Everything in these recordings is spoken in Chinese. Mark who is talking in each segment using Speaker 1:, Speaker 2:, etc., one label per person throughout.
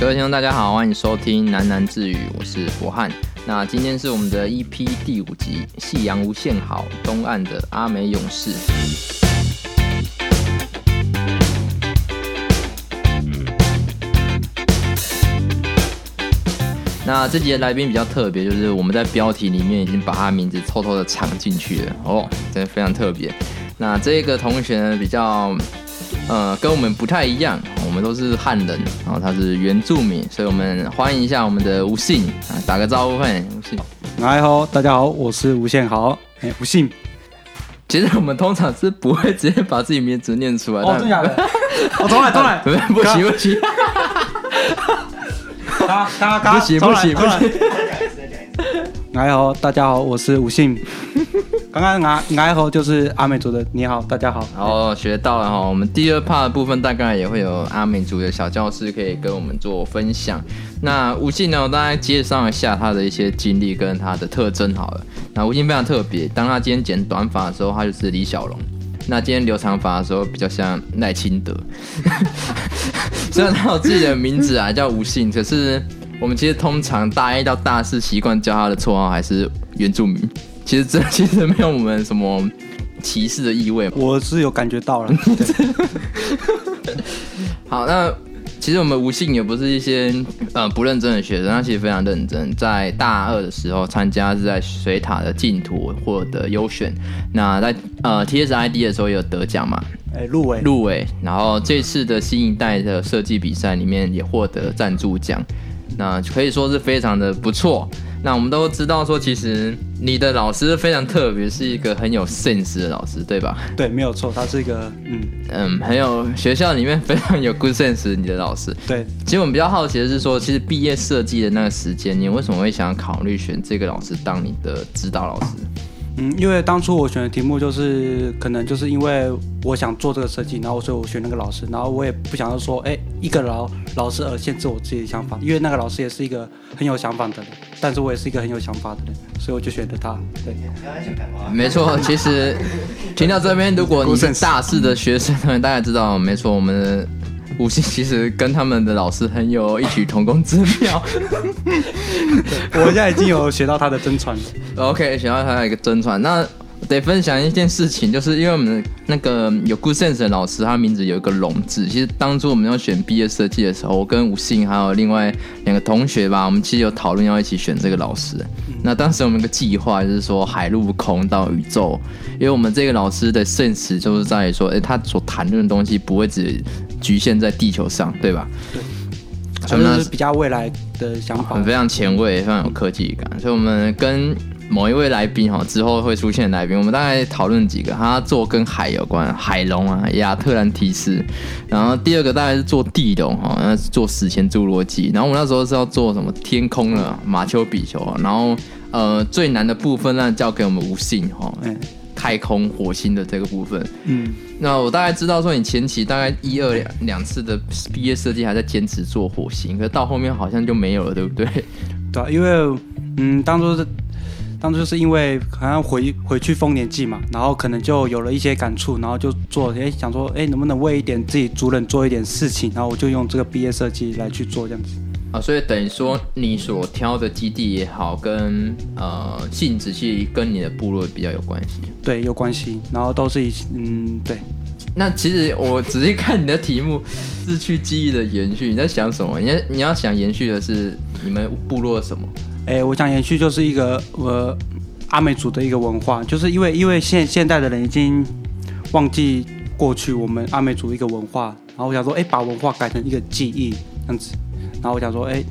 Speaker 1: 各位听众，大家好，欢迎收听《喃喃自语》，我是博翰。那今天是我们的 EP 第五集《夕阳无限好》，东岸的阿美勇士。那这集的来宾比较特别，就是我们在标题里面已经把他名字偷偷的藏进去了哦，真的非常特别。那这个同学呢，比较呃，跟我们不太一样，我们都是汉人，然后他是原住民，所以我们欢迎一下我们的吴信啊，打个招呼，欢迎吴信。
Speaker 2: 嗨吼，大家好，我是吴宪豪，哎、吴信，
Speaker 1: 其实我们通常是不会直接把自己名字念出来，但
Speaker 2: 哦的？ 我重啊来，重来，
Speaker 1: 不 不行不行，
Speaker 2: 嘎嘎
Speaker 1: 不行不行不行。
Speaker 2: 哎吼，大家好，我是吴信。 刚刚哎哎吼就是阿美族的，你好，大家好。
Speaker 1: 然后学到了哈，我们第二 part 的部分大概也会有阿美族的小教师可以跟我们做分享。那吴信呢，我大概介绍一下他的一些经历跟他的特征好了。那吴信非常特别，当他今天剪短发的时候，他就是李小龙；那今天留长发的时候，比较像赖清德。虽然他有自己的名字啊，叫吴信，可是 我们其实通常大一到大四习惯叫他的绰号还是原住民。其实这其实没有我们什么歧视的意味嘛。
Speaker 2: 我是有感觉到了，对
Speaker 1: 好，那其实我们吴信也不是一些呃不认真的学生，他其实非常认真，在大二的时候参加是在水塔的净土获得优选，那在呃 TSID 的时候也有得奖嘛，
Speaker 2: 哎、入围，
Speaker 1: 入围，然后这次的新一代的设计比赛里面也获得赞助奖，那可以说是非常的不错。那我们都知道说，其实你的老师非常特别，是一个很有 sense 的老师，对吧？
Speaker 2: 对，没有错，他是一个，嗯，
Speaker 1: 嗯，很有学校里面非常有 good sense 你的老师。
Speaker 2: 对，
Speaker 1: 其实我们比较好奇的是说，其实毕业设计的那个时间，你为什么会想要考虑选这个老师当你的指导老师？
Speaker 2: 嗯，因为当初我选的题目就是，可能就是因为我想做这个设计，然后所以我选那个老师，然后我也不想要说，哎、一个老老师而限制我自己的想法，因为那个老师也是一个很有想法的人，但是我也是一个很有想法的人，所以我就选择他。对，
Speaker 1: 没错，其实听到这边，如果你是大四的学生，大家知道，没错，我们的吴信其实跟他们的老师很有异曲同工之妙。
Speaker 2: 我现在已经有学到他的真传了。
Speaker 1: OK，想要他一个真传，那得分享一件事情，就是因为我们那个有 Good Sense 的老师，他名字有一个“龙”字。其实当初我们要选毕业设计的时候，我跟吴信还有另外两个同学吧，我们其实有讨论要一起选这个老师。
Speaker 2: 嗯
Speaker 1: 那当时我们有个计划就是说海陆空到宇宙，因为我们这个老师的 sense 就是在于说，诶，他所谈论的东西不会只局限在地球上，对吧？
Speaker 2: 他就是比较未来的想法
Speaker 1: 很。非常前卫，非常有科技感。所以我们跟某一位来宾哈，之后会出现的来宾，我们大概讨论几个，他做跟海有关，海龙啊、亚特兰蒂斯，然后第二个大概是做地龙哈，那是做史前侏罗纪，然后我那时候是要做什么天空了，马丘比丘，然后呃最难的部分那交给我们吴信哈，
Speaker 2: 嗯
Speaker 1: 太空火星的这个部分。
Speaker 2: 嗯，
Speaker 1: 那我大概知道说，你前期大概一二两两次的毕业设计还在坚持做火星，可是到后面好像就没有了，对不对？
Speaker 2: 对啊、因为嗯，当初是当初就是因为好像回回去丰年祭嘛，然后可能就有了一些感触，然后就做哎想说哎能不能为一点自己族人做一点事情，然后我就用这个毕业设计来去做这样子。
Speaker 1: 啊，所以等于说你所挑的基地也好，跟呃性质其实跟你的部落比较有关系。
Speaker 2: 对，有关系，然后都是以嗯，对，
Speaker 1: 那其实我仔细看你的题目，失去记忆的延续，你在想什么？你要你要想延续的是你们部落什么？
Speaker 2: 哎，我想延续就是一个呃阿美族的一个文化，就是因为因为现现代的人已经忘记过去我们阿美族一个文化，然后我想说，哎，把文化改成一个记忆这样子，然后我想说，哎，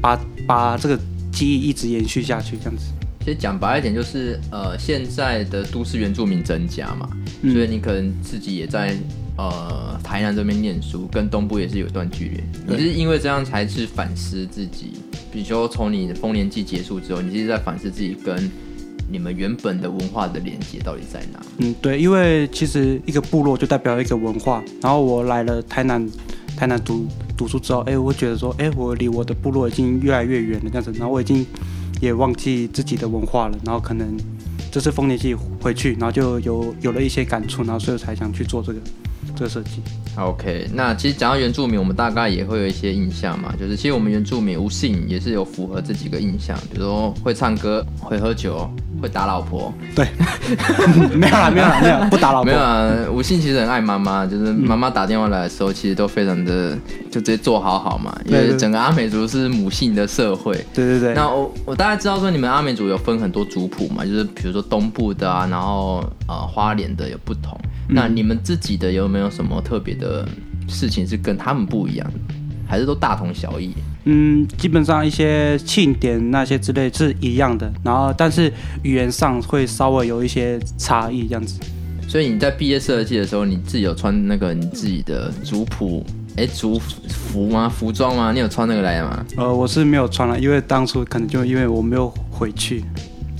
Speaker 2: 把把这个记忆一直延续下去这样子。
Speaker 1: 其实讲白一点，就是呃现在的都市原住民增加嘛，
Speaker 2: 嗯
Speaker 1: 所以你可能自己也在呃台南这边念书，跟东部也是有一段距离。你
Speaker 2: 对
Speaker 1: 是因为这样才是反思自己，比如说从你的丰年祭结束之后，你是在反思自己跟你们原本的文化的连接到底在哪？
Speaker 2: 嗯，对，因为其实一个部落就代表一个文化，然后我来了台南，台南读读书之后，哎，我觉得说，哎，我离我的部落已经越来越远了这样子，然后我已经也忘记自己的文化了，然后可能这次丰年祭回去，然后就有有了一些感触，然后所以我才想去做这个。这个设计。
Speaker 1: OK，那其实讲到原住民，我们大概也会有一些印象嘛，就是其实我们原住民无性也是有符合这几个印象，比如说会唱歌、会喝酒、会打老婆，
Speaker 2: 对， 没有啦，没有啦，没有，不嗯打老婆。
Speaker 1: 没有啊，吴信其实很爱妈妈，就是妈妈打电话来的时候，其实都非常的就直接做好好嘛，因
Speaker 2: 对
Speaker 1: 为
Speaker 2: 对
Speaker 1: 整个阿美族是母性的社会。
Speaker 2: 对对对，
Speaker 1: 那我我大概知道说你们阿美族有分很多族谱嘛，就是比如说东部的啊，然后呃花莲的有不同。
Speaker 2: 嗯
Speaker 1: 那你们自己的有没有什么特别的事情是跟他们不一样的，还是都大同小异？
Speaker 2: 嗯，基本上一些庆典那些之类是一样的，然后但是语言上会稍微有一些差异这样子。
Speaker 1: 所以你在毕业设计的时候，你自己有穿那个你自己的族谱，哎、族服吗？服装吗？你有穿那个来吗？
Speaker 2: 呃，我是没有穿了，因为当初可能就因为我没有回去，
Speaker 1: 啊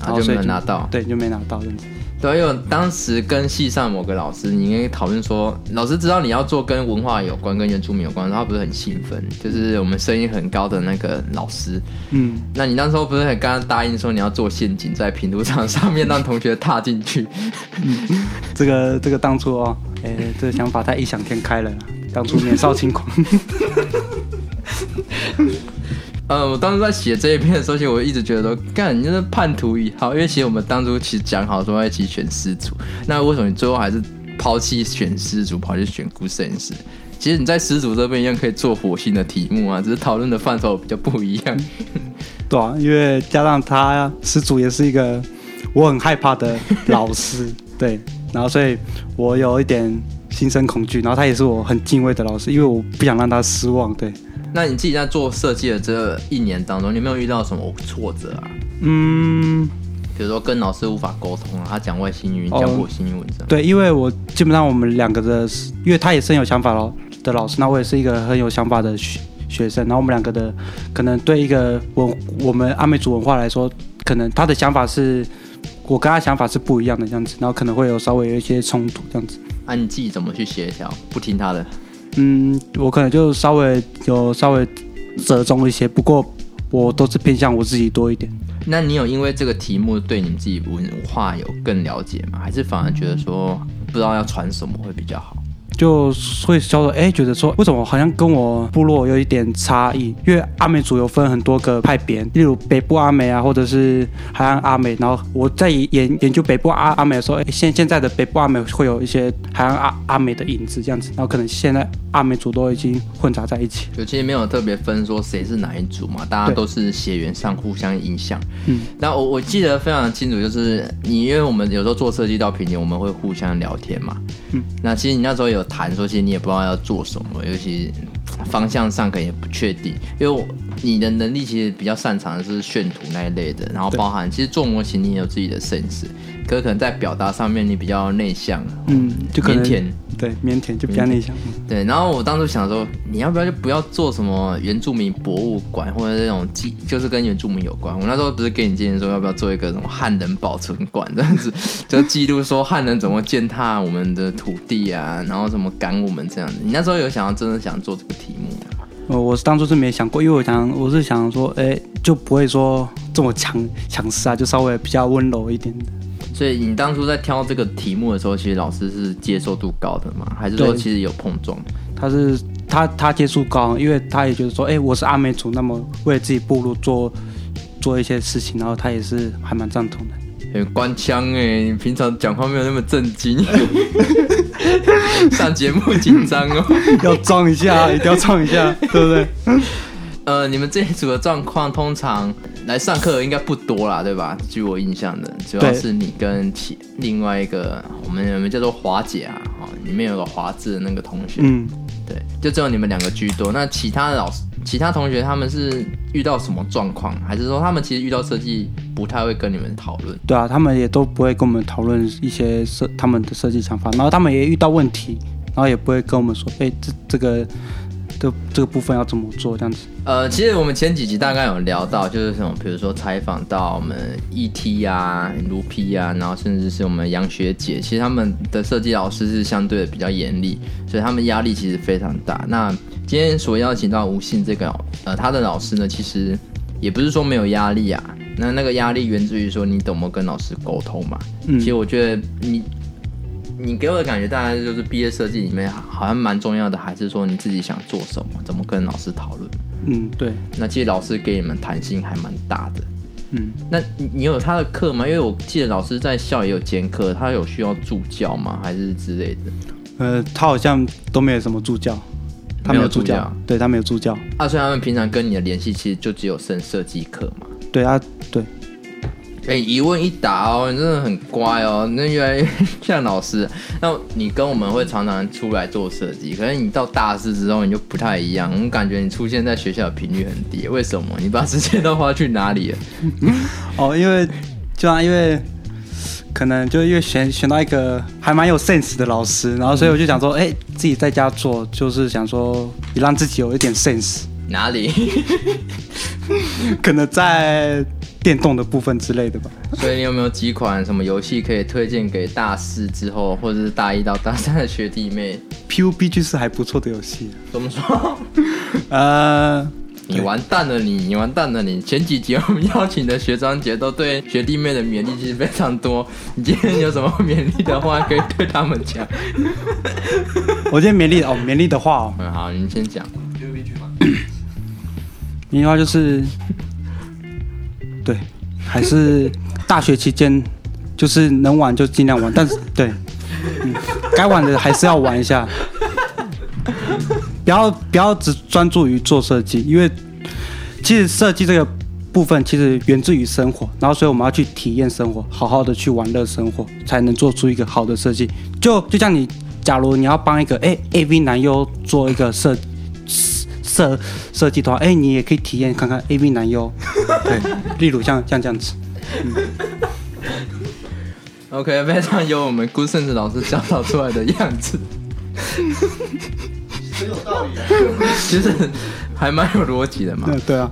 Speaker 2: 然后
Speaker 1: 就
Speaker 2: 所以
Speaker 1: 没有拿到
Speaker 2: 对，就没拿到这样子。
Speaker 1: 对啊，因为我当时跟系上某个老师，你应该讨论说，老师知道你要做跟文化有关、跟原住民有关，然后他不是很兴奋，就是我们声音很高的那个老师。
Speaker 2: 嗯，
Speaker 1: 那你那时候不是很刚刚答应说你要做陷阱在拼图场上面让同学踏进去？
Speaker 2: 这个这个当初哦，哎、这个想法太异想天开了 啦，当初年少轻狂。
Speaker 1: 呃，我当时在写这一篇的时候，其实我一直觉得说，干，你这是叛徒一号，因为其实我们当初其实讲好说要一起选师组，那为什么你最后还是抛弃选师组，跑去选孤圣师？其实你在师组这边一样可以做火星的题目啊，只是讨论的范畴比较不一样。
Speaker 2: 对啊，因为加上他师祖也是一个我很害怕的老师， 对，然后所以我有一点心生恐惧，然后他也是我很敬畏的老师，因为我不想让他失望，对，
Speaker 1: 那你自己在做设计的这一年当中，你有没有遇到什么挫折啊？
Speaker 2: 嗯，
Speaker 1: 比如说跟老师无法沟通啊，他讲外星语，你讲
Speaker 2: 哦
Speaker 1: 我星语文章，
Speaker 2: 对，因为我基本上我们两个的，因为他也是很有想法咯的老师，那我也是一个很有想法的学学生，然后我们两个的可能对一个文我们阿美族文化来说，可能他的想法是我跟他想法是不一样的这样子，然后可能会有稍微有一些冲突这样子。
Speaker 1: 啊，你自己怎么去协调？不听他的，
Speaker 2: 嗯，我可能就稍微有稍微折中一些，不过我都是偏向我自己多一点。
Speaker 1: 那你有因为这个题目对你们自己文化有更了解吗？还是反而觉得说不知道要传什么会比较好？
Speaker 2: 就会稍微哎，觉得说为什么好像跟我部落有一点差异？因为阿美族有分很多个派别，例如北部阿美啊，或者是海岸阿美。然后我在研研究北部阿阿美的时候，哎， 现现在的北部阿美会有一些海岸阿阿美的影子这样子，然后可能现在阿美族都已经混杂在一起。
Speaker 1: 就其实没有特别分说谁是哪一组嘛，大家
Speaker 2: 对
Speaker 1: 都是血缘上互相影响。
Speaker 2: 嗯，
Speaker 1: 那我我记得非常清楚，就是你因为我们有时候做设计到瓶颈，我们会互相聊天嘛。
Speaker 2: 嗯，
Speaker 1: 那其实你那时候有谈说，其实你也不知道要做什么，尤其方向上可能也不确定，因为我你的能力其实比较擅长的是炫图那一类的，然后包含其实做模型你也有自己的 sense，可是可能在表达上面你比较内向，啊
Speaker 2: 嗯，就可能
Speaker 1: 腼腆。嗯
Speaker 2: 对腼腆就比较内向。
Speaker 1: 对，然后我当初想说，你要不要就不要做什么原住民博物馆或者那种记，就是跟原住民有关。我那时候不是给你建议说，要不要做一个什么汉人保存馆这样子， 就记录说汉人怎么践踏我们的土地啊，然后怎么赶我们这样子。你那时候有想要真的想做这个题目吗？
Speaker 2: 呃，我是当初是没想过，因为我想我是想说，哎、就不会说这么强强势啊，就稍微比较温柔一点的。
Speaker 1: 所以你当初在挑这个题目的时候，其实老师是接受度高的吗？还是说
Speaker 2: 对
Speaker 1: 其实有碰撞？
Speaker 2: 他是他他接触高，因为他也觉得说，哎、我是阿美族，那么为自己部落做做一些事情，然后他也是还蛮赞同的。
Speaker 1: 很官腔哎、你平常讲话没有那么正经，上节目紧张哦。
Speaker 2: 要装一 下，一定要装一下，对不对？
Speaker 1: 呃，你们这一组的状况通常来上课应该不多啦，对吧？据我印象的，主要
Speaker 2: 对
Speaker 1: 是你跟其另外一个我们我们叫做华姐啊，哦，里面有个华字的那个同学，
Speaker 2: 嗯，
Speaker 1: 对，就只有你们两个居多。那其他的老师、其他同学他们是遇到什么状况，还是说他们其实遇到设计不太会跟你们讨论？
Speaker 2: 对啊，他们也都不会跟我们讨论一些设他们的设计想法，然后他们也遇到问题，然后也不会跟我们说，哎、这这个这这个部分要怎么做这样子。
Speaker 1: 呃，其实我们前几集大概有聊到，就是什么，比如说采访到我们 ET 啊、卢 P 啊，然后甚至是我们杨学姐，其实他们的设计老师是相对的比较严厉，所以他们压力其实非常大。那今天所邀请到吴信这个老呃他的老师呢，其实也不是说没有压力啊，那那个压力源自于说你怎么跟老师沟通嘛。
Speaker 2: 嗯
Speaker 1: 其实我觉得你你给我的感觉，大概就是毕业设计里面好像蛮重要的，还是说你自己想做什么，怎么跟老师讨论。
Speaker 2: 嗯，对，
Speaker 1: 那其实老师给你们弹性还蛮大的。
Speaker 2: 嗯，
Speaker 1: 那你你有他的课吗？因为我记得老师在校也有兼课，他有需要助教吗？还是之类的？
Speaker 2: 呃，他好像都没有什么助教，他
Speaker 1: 没有
Speaker 2: 有助
Speaker 1: 助教
Speaker 2: 教，对他没有助教，
Speaker 1: 啊，所以他们平常跟你的联系其实就只有升设计课嘛。
Speaker 2: 对啊，对，
Speaker 1: 哎、一问一答哦，你真的很乖哦， 那越来越像老师。那你跟我们会常常出来做设计，可是你到大四之后你就不太一样，我感觉你出现在学校的频率很低，为什么？你把时间都花去哪里了？
Speaker 2: 哦，因为就啊，因为可能就因为选选到一个还蛮有 sense 的老师，然后所以我就想说，哎、自己在家做，就是想说也让自己有一点 sense，
Speaker 1: 哪里？
Speaker 2: 可能在电动的部分之类的吧。
Speaker 1: 所以你有没有几款什么游戏可以推荐给大四之后，或者是大一到大三的学弟妹？
Speaker 2: PUBG 是还不错的游戏，
Speaker 1: 怎么说？
Speaker 2: 呃，
Speaker 1: 你完蛋了你， 你完蛋了你！前几集我们邀请的学长姐都对学弟妹的勉励其实非常多，你今天有什么勉励的话可以对他们 讲？
Speaker 2: 我觉得勉励哦，勉励的话哦，
Speaker 1: 嗯，好，你先讲。
Speaker 2: 勉励的话就是，对，还是大学期间就是能玩就尽量玩，但是对，嗯，该玩的还是要玩一下，不要不要只专注于做设计，因为其实设计这个部分其实源自于生活，然后所以我们要去体验生活，好好的去玩乐生活，才能做出一个好的设计。就就像你，假如你要帮一个哎 A V 男优做一个设设设计的话，哎，你也可以体验看看 A V 男优， 对，例如像像这样子，
Speaker 1: OK，非常有我们 Good Sense 老师教导出来的样子，
Speaker 3: 很有道理啊。
Speaker 1: 其实还蛮有逻辑的嘛。
Speaker 2: 对对啊，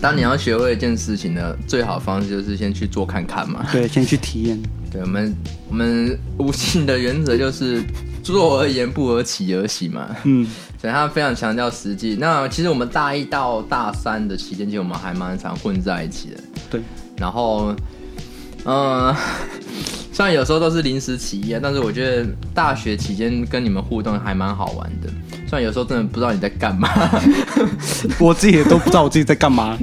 Speaker 1: 当你要学会一件事情的最好方式，就是先去做看看嘛。
Speaker 2: 对，先去体验，
Speaker 1: 对我们，我们无性的原则就是坐而言不而起而行嘛。
Speaker 2: 嗯，
Speaker 1: 所以他非常强调实际。那其实我们大一到大三的期间，其实我们还蛮常混在一起的。
Speaker 2: 对，
Speaker 1: 然后，嗯、 虽然有时候都是临时起意啊，但是我觉得大学期间跟你们互动还蛮好玩的。虽然有时候真的不知道你在干嘛。
Speaker 2: 我自己也都不知道我自己在干嘛，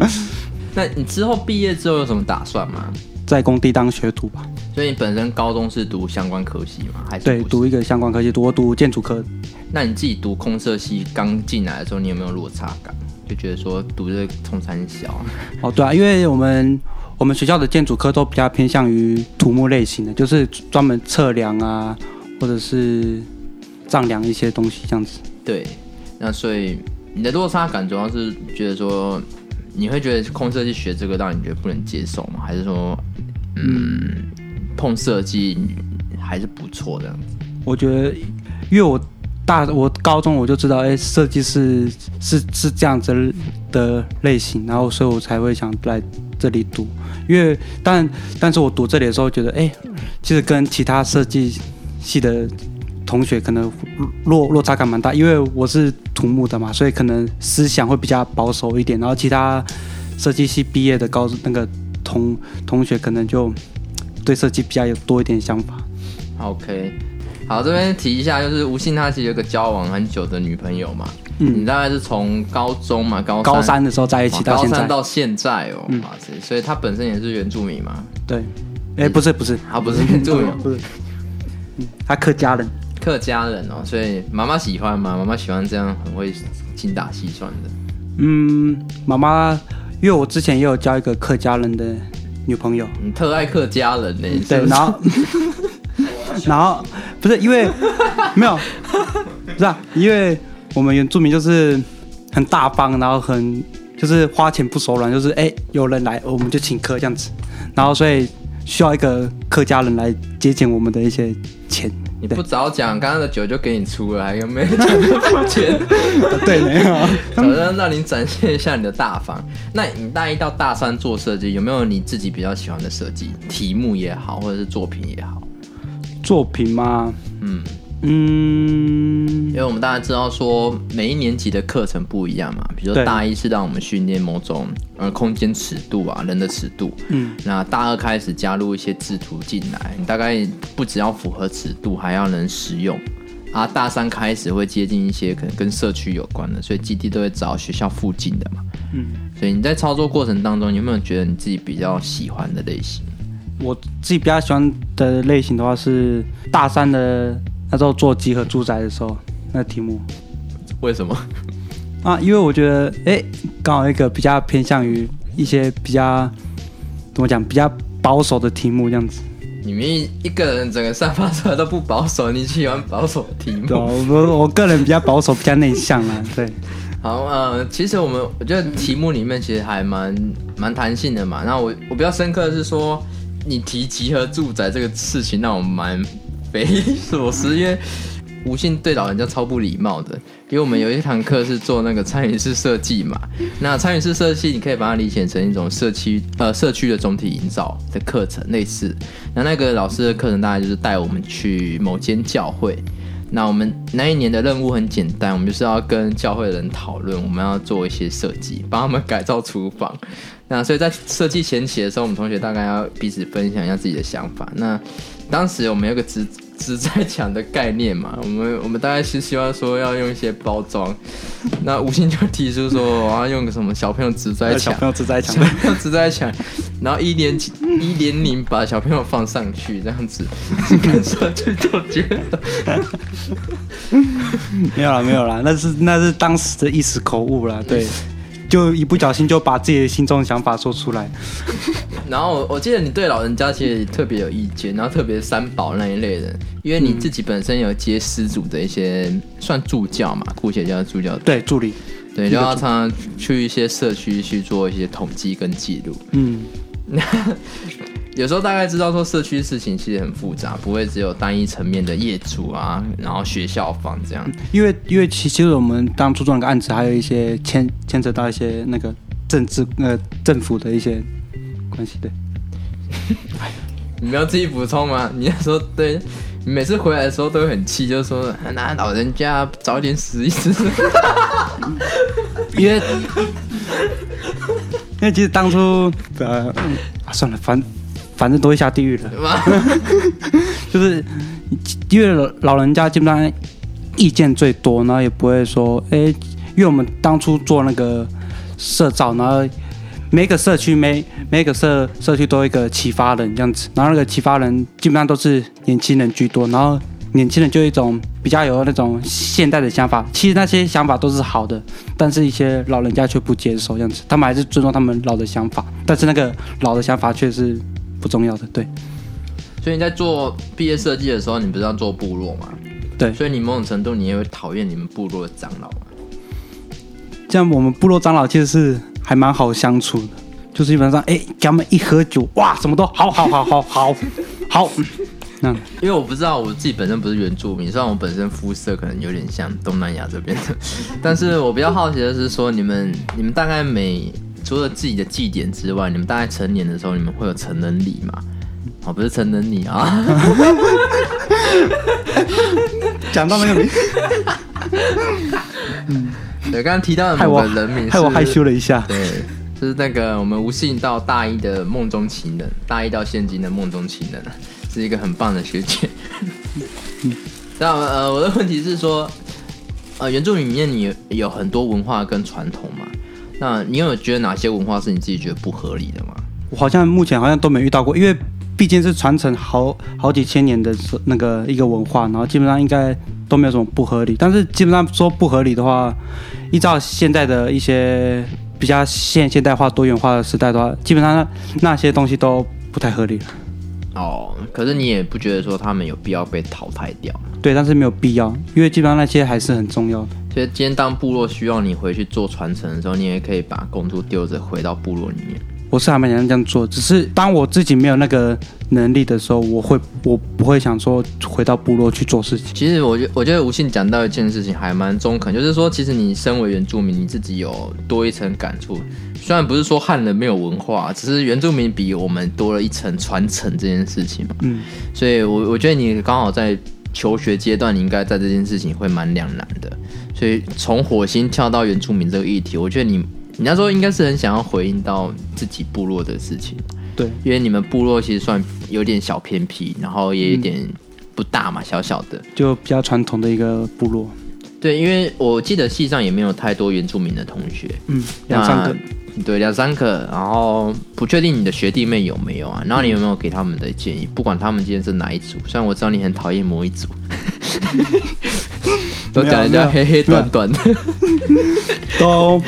Speaker 1: 那你之后毕业之后有什么打算吗？
Speaker 2: 在工地当学徒吧，
Speaker 1: 所以你本身高中是读相关科系吗？还是
Speaker 2: 对，
Speaker 1: 不是
Speaker 2: 读一个相关科技，读我读建筑科，
Speaker 1: 那你自己读空社系刚进来的时候，你有没有落差感？就觉得说读这个冲山小，
Speaker 2: 哦，对啊，因为我们我们学校的建筑科都比较偏向于土木类型的，就是专门测量啊，或者是丈量一些东西这样子。
Speaker 1: 对，那所以你的落差感主要是觉得说，你会觉得空设计学这个让你觉得不能接受吗？还是说，嗯，碰设计还是不错这样子？
Speaker 2: 我觉得，因为我大我高中我就知道，哎，设计是是是这样子的类型，然后所以我才会想来这里读。因为但但是我读这里的时候觉得，哎，其实跟其他设计系的同学可能落落差感蛮大，因为我是土木的嘛，所以可能思想会比较保守一点，然后其他设计系毕业的高那个同同学可能就对设计比较有多一点想法。
Speaker 1: OK，好，这边提一下，就是吴信他其实有个交往很久的女朋友嘛，你大概是从高中嘛，高
Speaker 2: 嗯高三的时候在一
Speaker 1: 哇
Speaker 2: 起到
Speaker 1: 高
Speaker 2: 现在嗯
Speaker 1: 三，到现在哦，哇塞！所以他本身也是原住民嘛，
Speaker 2: 对，哎、不是不是，
Speaker 1: 他 不是原住民，哦
Speaker 2: 不是，嗯他客家人，
Speaker 1: 客家人哦，所以妈妈喜欢嘛，妈妈喜欢这样很会精打细算的。
Speaker 2: 嗯，妈妈，因为我之前也有交一个客家人的女朋友，
Speaker 1: 你嗯特爱客家人呢、是
Speaker 2: 嗯对，
Speaker 1: 不是
Speaker 2: 然后， 然后不是因为没有，不是、啊、因为我们原住民就是很大方，然后很就是花钱不手软，就是哎、有人来我们就请客这样子，然后所以需要一个客家人来节俭我们的一些钱，
Speaker 1: 你
Speaker 2: 对
Speaker 1: 不早讲，刚刚的酒就给你出了，还有没有讲就付钱？
Speaker 2: 对，没有。
Speaker 1: 早知道让你展现一下你的大方。那你大一到大三做设计，有没有你自己比较喜欢的设计题目也好，或者是作品也好？
Speaker 2: 作品吗？
Speaker 1: 嗯，
Speaker 2: 嗯
Speaker 1: 因，为我们大家知道说每一年级的课程不一样嘛，比如说
Speaker 2: 对
Speaker 1: 大一是让我们训练某种呃空间尺度啊，人的尺度，
Speaker 2: 嗯，
Speaker 1: 那大二开始加入一些制图进来，你大概不只要符合尺度，还要能实用。啊，大三开始会接近一些可能跟社区有关的，所以基地都会找学校附近的嘛。
Speaker 2: 嗯，
Speaker 1: 所以你在操作过程当中，有没有觉得你自己比较喜欢的类型？
Speaker 2: 我自己比较喜欢的类型的话是大三的那时候做集合住宅的时候那题目
Speaker 1: 为什么？
Speaker 2: 啊，因为我觉得哎，刚好一个比较偏向于一些比较怎么讲比较保守的题目这样子。
Speaker 1: 你们一一个人整个散发出来都不保守，你喜欢保守的题目
Speaker 2: 对、啊，？我我个人比较保守，比较内向啦。对，
Speaker 1: 好，呃，其实我们我觉得题目里面其实还蛮蛮弹性的嘛。那我我比较深刻的是说，你提集合住宅这个事情让我蛮匪夷所思，因为无性对老人家超不礼貌的。因为我们有一堂课是做那个参与式设计嘛，那参与式设计你可以把它理解成一种社区呃社区的总体营造的课程类似。那那个老师的课程大概就是带我们去某间教会，那我们那一年的任务很简单，我们就是要跟教会的人讨论，我们要做一些设计，帮他们改造厨房。那所以在设计前期的时候，我们同学大概要彼此分享一下自己的想法。那当时我们有个直直在讲的概念嘛， 我们我们大概是希望说要用一些包装。那吴昕就提出说，我要用个什么小朋友直在
Speaker 2: 哎小
Speaker 1: 讲。
Speaker 2: 朋友只在
Speaker 1: 小
Speaker 2: 讲，
Speaker 1: 朋友只在抢，然后一连一连零把小朋友放上去，这样子，看上去就觉得
Speaker 2: 没有啦，没有啦，那是那是当时的一时口误啦。对，就一不小心就把自己的心中的想法说出来。
Speaker 1: 然后我我记得你对老人家其实特别有意见，然后特别是三宝那一类的，因为你自己本身有接施主的一些算助教嘛，姑且叫助教，
Speaker 2: 对，助理，
Speaker 1: 对，就要常常去一些社区去做一些统计跟记录。
Speaker 2: 嗯，
Speaker 1: 有时候大概知道说社区事情其实很复杂，不会只有单一层面的业主啊，然后学校方这样。
Speaker 2: 因为因为其其实我们当初做那个案子，还有一些牵牵扯到一些那个政治呃政府的一些关系对。
Speaker 1: 你没有自己补充吗？你那时候对，你每次回来的时候都会很气，就说啊那老人家早点死一死。
Speaker 2: 因为因为其实当初呃、嗯啊算了，反反正都会下地狱了，
Speaker 1: 哇
Speaker 2: 就是因为老老人家基本上意见最多，然后也不会说哎、因为我们当初做那个社造，然后每个社区每每个社社区都有一个启发人这样子，然后那个启发人基本上都是年轻人居多，然后年轻人就有一种比较有那种现代的想法，其实那些想法都是好的，但是一些老人家却不接受这样子，他们还是尊重他们老的想法，但是那个老的想法却是不重要的，对
Speaker 1: 所以你在做毕业设计的时候，你不是要做部落嘛？
Speaker 2: 对。
Speaker 1: 所以你某种程度你也会讨厌你们部落的长老嘛？
Speaker 2: 这样我们部落长老其实是还蛮好相处的，就是基本上哎，诶给他们一喝酒，哇，什么都好好好好好好，那
Speaker 1: 因为我不知道我自己本身不是原住民，虽然我本身肤色可能有点像东南亚这边的， 但是我比较好奇的是说，你们你们大概每除了自己的祭典之外，你们大概成年的时候，你们会有成人礼吗？哦，不是成人礼啊。
Speaker 2: 讲到那个名，
Speaker 1: 对，刚刚提到的
Speaker 2: 害
Speaker 1: 某
Speaker 2: 我
Speaker 1: 个人名，
Speaker 2: 害我害羞。了一下。
Speaker 1: 对，就是那个我们吴信到大一的梦中情人，大一到现今的梦中情人，是一个很棒的学姐。 那呃，我的问题是说，呃，原著里面你有有很多文化跟传统嘛？那你有觉得哪些文化是你自己觉得不合理的吗？
Speaker 2: 我好像目前好像都没遇到过，因为毕竟是传承好好几千年的那个一个文化，然后基本上应该都没有什么不合理。但是基本上说不合理的话，依照现在的一些比较现现代化、多元化的时代的话，基本上那那些东西都不太合理了。
Speaker 1: 哦，可是你也不觉得说他们有必要被淘汰掉，
Speaker 2: 对，但是没有必要，因为基本上那些还是很重要的。
Speaker 1: 所以今天当部落需要你回去做传承的时候，你也可以把工作丢着回到部落里面。
Speaker 2: 我是还蛮想这样做，只是当我自己没有那个能力的时候，我会我不会想说回到部落去做事情。
Speaker 1: 其实我觉我觉得吴信讲到一件事情还蛮中肯，就是说，其实你身为原住民，你自己有多一层感触。虽然不是说汉人没有文化，只是原住民比我们多了一层传承这件事情嘛。
Speaker 2: 嗯，
Speaker 1: 所以我我觉得你刚好在求学阶段，你应该在这件事情会蛮两难的。所以从火星跳到原住民这个议题，我觉得你你那时候应该是很想要回应到自己部落的事情，
Speaker 2: 对，
Speaker 1: 因为你们部落其实算有点小偏僻，然后也有点不大嘛，小小的。
Speaker 2: 就比较传统的一个部落，
Speaker 1: 对，因为我记得系上也没有太多原住民的同学，
Speaker 2: 嗯，两三个，
Speaker 1: 那，对，两三个，然后不确定你的学弟妹有没有啊？然后你有没有给他们的建议？不管他们今天是哪一组，虽然我知道你很讨厌某一组， 都讲人
Speaker 2: 没
Speaker 1: 家
Speaker 2: 有没
Speaker 1: 黑
Speaker 2: 有
Speaker 1: 黑短短的，
Speaker 2: 都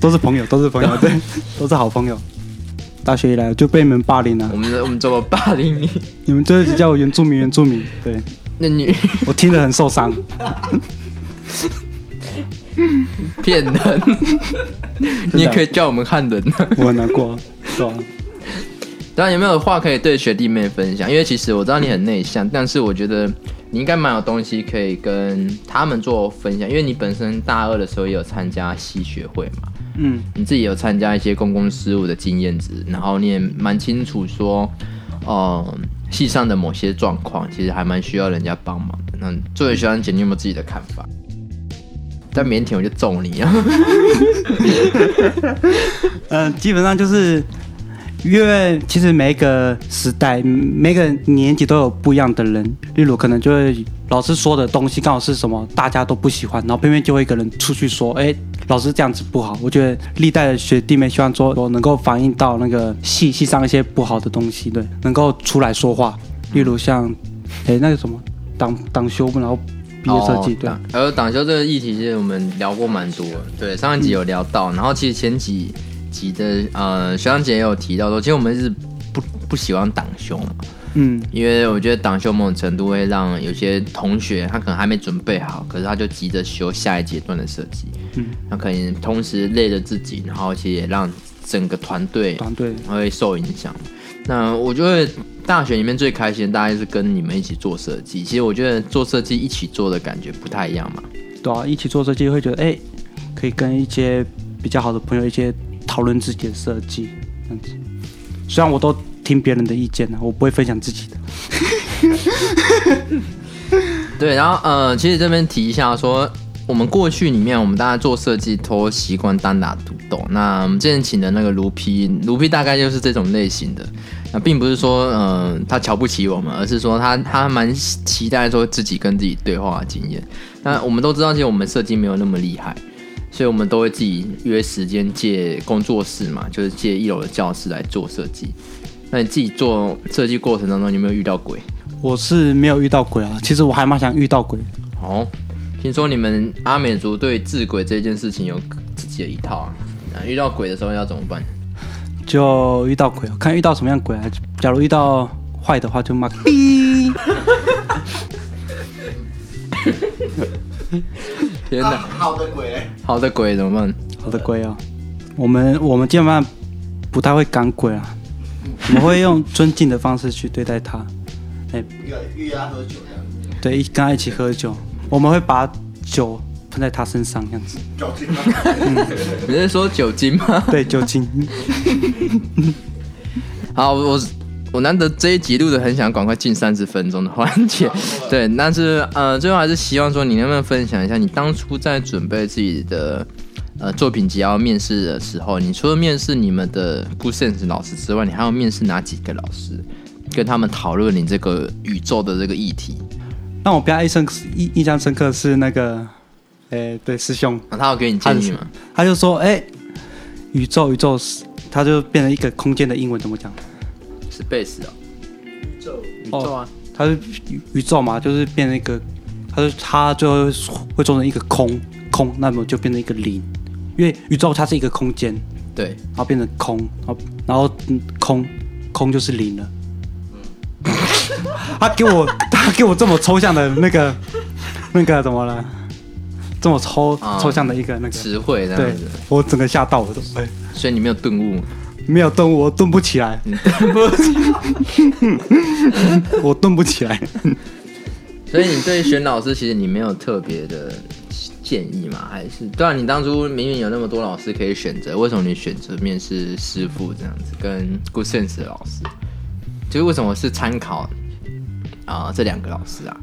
Speaker 2: 都是朋友，都是朋 友，对，都是好朋友。大学以来就被你们霸凌了、
Speaker 1: 我们我们怎么霸凌你？
Speaker 2: 你们这叫我原住民，原住民，对
Speaker 1: 那你
Speaker 2: 我听得很受伤。
Speaker 1: 骗 人，你
Speaker 2: 啊
Speaker 1: 也可以叫我们汉人。啊
Speaker 2: 我很难过，对吧、
Speaker 1: 当然，有没有话可以对学弟妹分享？因为其实我知道你很内向，但是我觉得你应该蛮有东西可以跟他们做分享，因为你本身大二的时候也有参加系学会嘛。
Speaker 2: 嗯，
Speaker 1: 你自己有参加一些公共事务的经验值，然后你也蛮清楚说，呃，系上的某些状况其实还蛮需要人家帮忙的。那作为学长姐，你有没有自己的看法？但腼腆我就揍你啊！
Speaker 2: 呃，基本上就是，因为其实每一个时代、每个年级都有不一样的人，例如可能就会老师说的东西刚好是什么大家都不喜欢，然后偏偏就会一个人出去说，哎、老师这样子不好。我觉得历代的学弟妹希望说，我能够反映到那个系系上一些不好的东西，对，能够出来说话。
Speaker 1: 嗯
Speaker 2: 例如像，哎、那个什么党党修，然后毕业设计，对
Speaker 1: 哦，党而党修这个议题，其实我们聊过蛮多的。对，上一集有聊到，然后其实前几集的呃学长姐也有提到说，其实我们是不不喜欢党修嘛，
Speaker 2: 嗯，
Speaker 1: 因为我觉得党修某种程度会让有些同学他可能还没准备好，可是他就急着修下一阶段的设计，
Speaker 2: 嗯，
Speaker 1: 那可能同时累了自己，然后其实也让整个团队
Speaker 2: 团队，
Speaker 1: 会受影响。那我觉得大学里面最开心的大概是跟你们一起做设计，其实我觉得做设计一起做的感觉不太一样嘛。
Speaker 2: 对啊，一起做设计会觉得，哎、可以跟一些比较好的朋友一些讨论自己的设计，这样子。虽然我都听别人的意见啊，我不会分享自己的。
Speaker 1: 对，然后呃，其实这边提一下说，我们过去里面我们大家做设计都习惯单打独斗。那我们之前请的那个卢皮，卢皮大概就是这种类型的。那并不是说呃他瞧不起我们，而是说他他蛮期待说自己跟自己对话的经验。那我们都知道，其实我们设计没有那么厉害。所以我们都会自己约时间借工作室嘛，就是借一楼的教室来做设计。那你自己做设计过程当中，你有没有遇到鬼？
Speaker 2: 我是没有遇到鬼啊，其实我还蛮想遇到鬼。
Speaker 1: 哦，听说你们阿美族对治鬼这件事情有自己的一套啊？啊遇到鬼的时候要怎么办？
Speaker 2: 就遇到鬼，看遇到什么样鬼啊。假如遇到坏的话，就骂逼。
Speaker 1: 天哪，
Speaker 3: 好的鬼、欸，
Speaker 1: 好的鬼怎么办？
Speaker 2: 好的鬼啊，我们我们基本上不太会赶鬼啊，我们会用尊敬的方式去对待他。哎、
Speaker 3: 约约他喝酒这样子，
Speaker 2: 对，一跟他一起喝酒，我们会把酒喷在他身上，这样子。
Speaker 3: 酒精吗？
Speaker 1: 你是说酒精吗？
Speaker 2: 对，酒精。
Speaker 1: 好，我我难得这一集录的很想赶快进三十分钟的环节，对，但是呃，最后还是希望说你能不能分享一下你当初在准备自己的呃作品集要面试的时候，你除了面试你们的 Good Sense 老师之外，你还要面试哪几个老师？跟他们讨论你这个宇宙的这个议题，
Speaker 2: 让我比较印象印印象深刻是那个，诶、对，师兄，
Speaker 1: 啊、他有给你建议吗？
Speaker 2: 他就说，诶、宇宙宇宙是，他就变成一个空间的英文怎么讲？
Speaker 1: 是 base 哦，宇宙
Speaker 2: 宙啊，他是宇宇宙嘛，就是变成一个，他就他最后会做成一个空空，那么就变成一个零，因为宇宙它是一个空间，
Speaker 1: 对，
Speaker 2: 然后变成空，然后然后嗯空空就是零了。他给我他给我这么抽象的那个那个怎么了？这么抽、
Speaker 1: 啊
Speaker 2: 抽象的一个那个，
Speaker 1: 词汇这
Speaker 2: 对
Speaker 1: 样子，
Speaker 2: 我整个吓到我都哎，
Speaker 1: 所以你没有顿悟，
Speaker 2: 没有动我动不起来，
Speaker 1: 你顿不起
Speaker 2: 我动不起来。
Speaker 1: 所以你对选老师，其实你没有特别的建议吗？还是对啊？你当初明明有那么多老师可以选择，为什么你选择面试师傅这样子，跟 Good Sense 的老师？就是为什么是参考啊、这两个老师啊？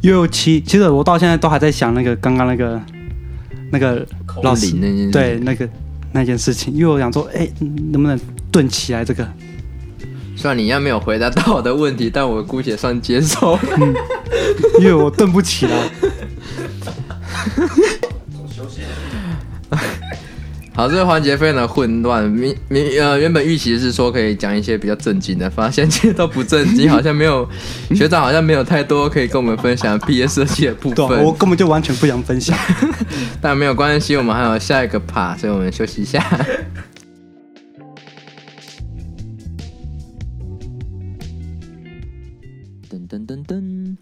Speaker 2: 六七，其实我到现在都还在想那个刚刚那个那个老师
Speaker 1: 林那件事
Speaker 2: 对那个那件事情，因为我想说，哎、能不能顿起来这个？
Speaker 1: 虽然你应该没有回答到我的问题，但我姑且算接受。
Speaker 2: 因为我顿不起来。
Speaker 1: 好，这个环节非常的混乱。明明呃，原本预期是说可以讲一些比较正经的，发现其实都不正经，好像没有学长好像没有太多可以跟我们分享毕业设计的部
Speaker 2: 对啊、我
Speaker 1: 分。
Speaker 2: 根本就完全不想分享。
Speaker 1: 但没有关系，我们还有下一个趴，所以我们休息一下。 噔噔噔噔，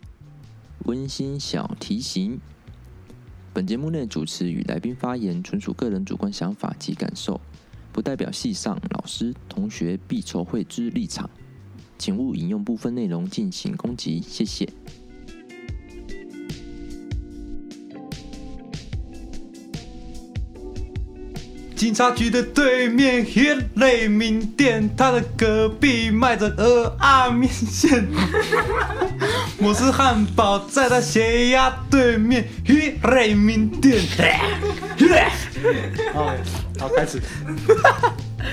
Speaker 1: 温馨小提醒：本节目内主持与来宾发言纯属个人主观想法及感受，不代表系上老师、同学必筹会之立场，请勿引用部分内容进行攻击，谢谢。
Speaker 2: 警察局的对面黑雷名店，他的隔壁卖着鹅啊面线。我是汉堡，在他斜压对面黑雷名店。好，哦好开始。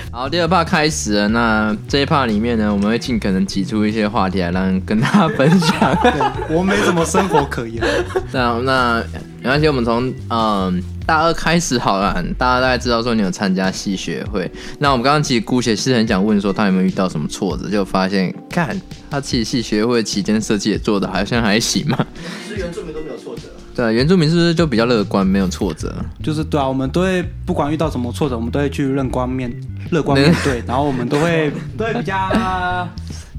Speaker 1: 好，第二 part 开始了。那这一 part 里面呢，我们会尽可能挤出一些话题来让跟大家分 享。
Speaker 2: 对我没什么生活可言，
Speaker 1: 那那没关系，我们从嗯大二开始好了。大家大概知道说你有参加系学会。那我们刚刚其实姑且是很想问说他有没有遇到什么挫折，就发现看他自己系学会期间设计也做的好像还行嘛。
Speaker 3: 是原住民都没有挫折，
Speaker 1: 对，啊原住民是不是就比较乐观，没有挫折？
Speaker 2: 就是对啊，我们都会不管遇到什么挫折，我们都会去乐观面乐观面对，然后我们都会都会比较，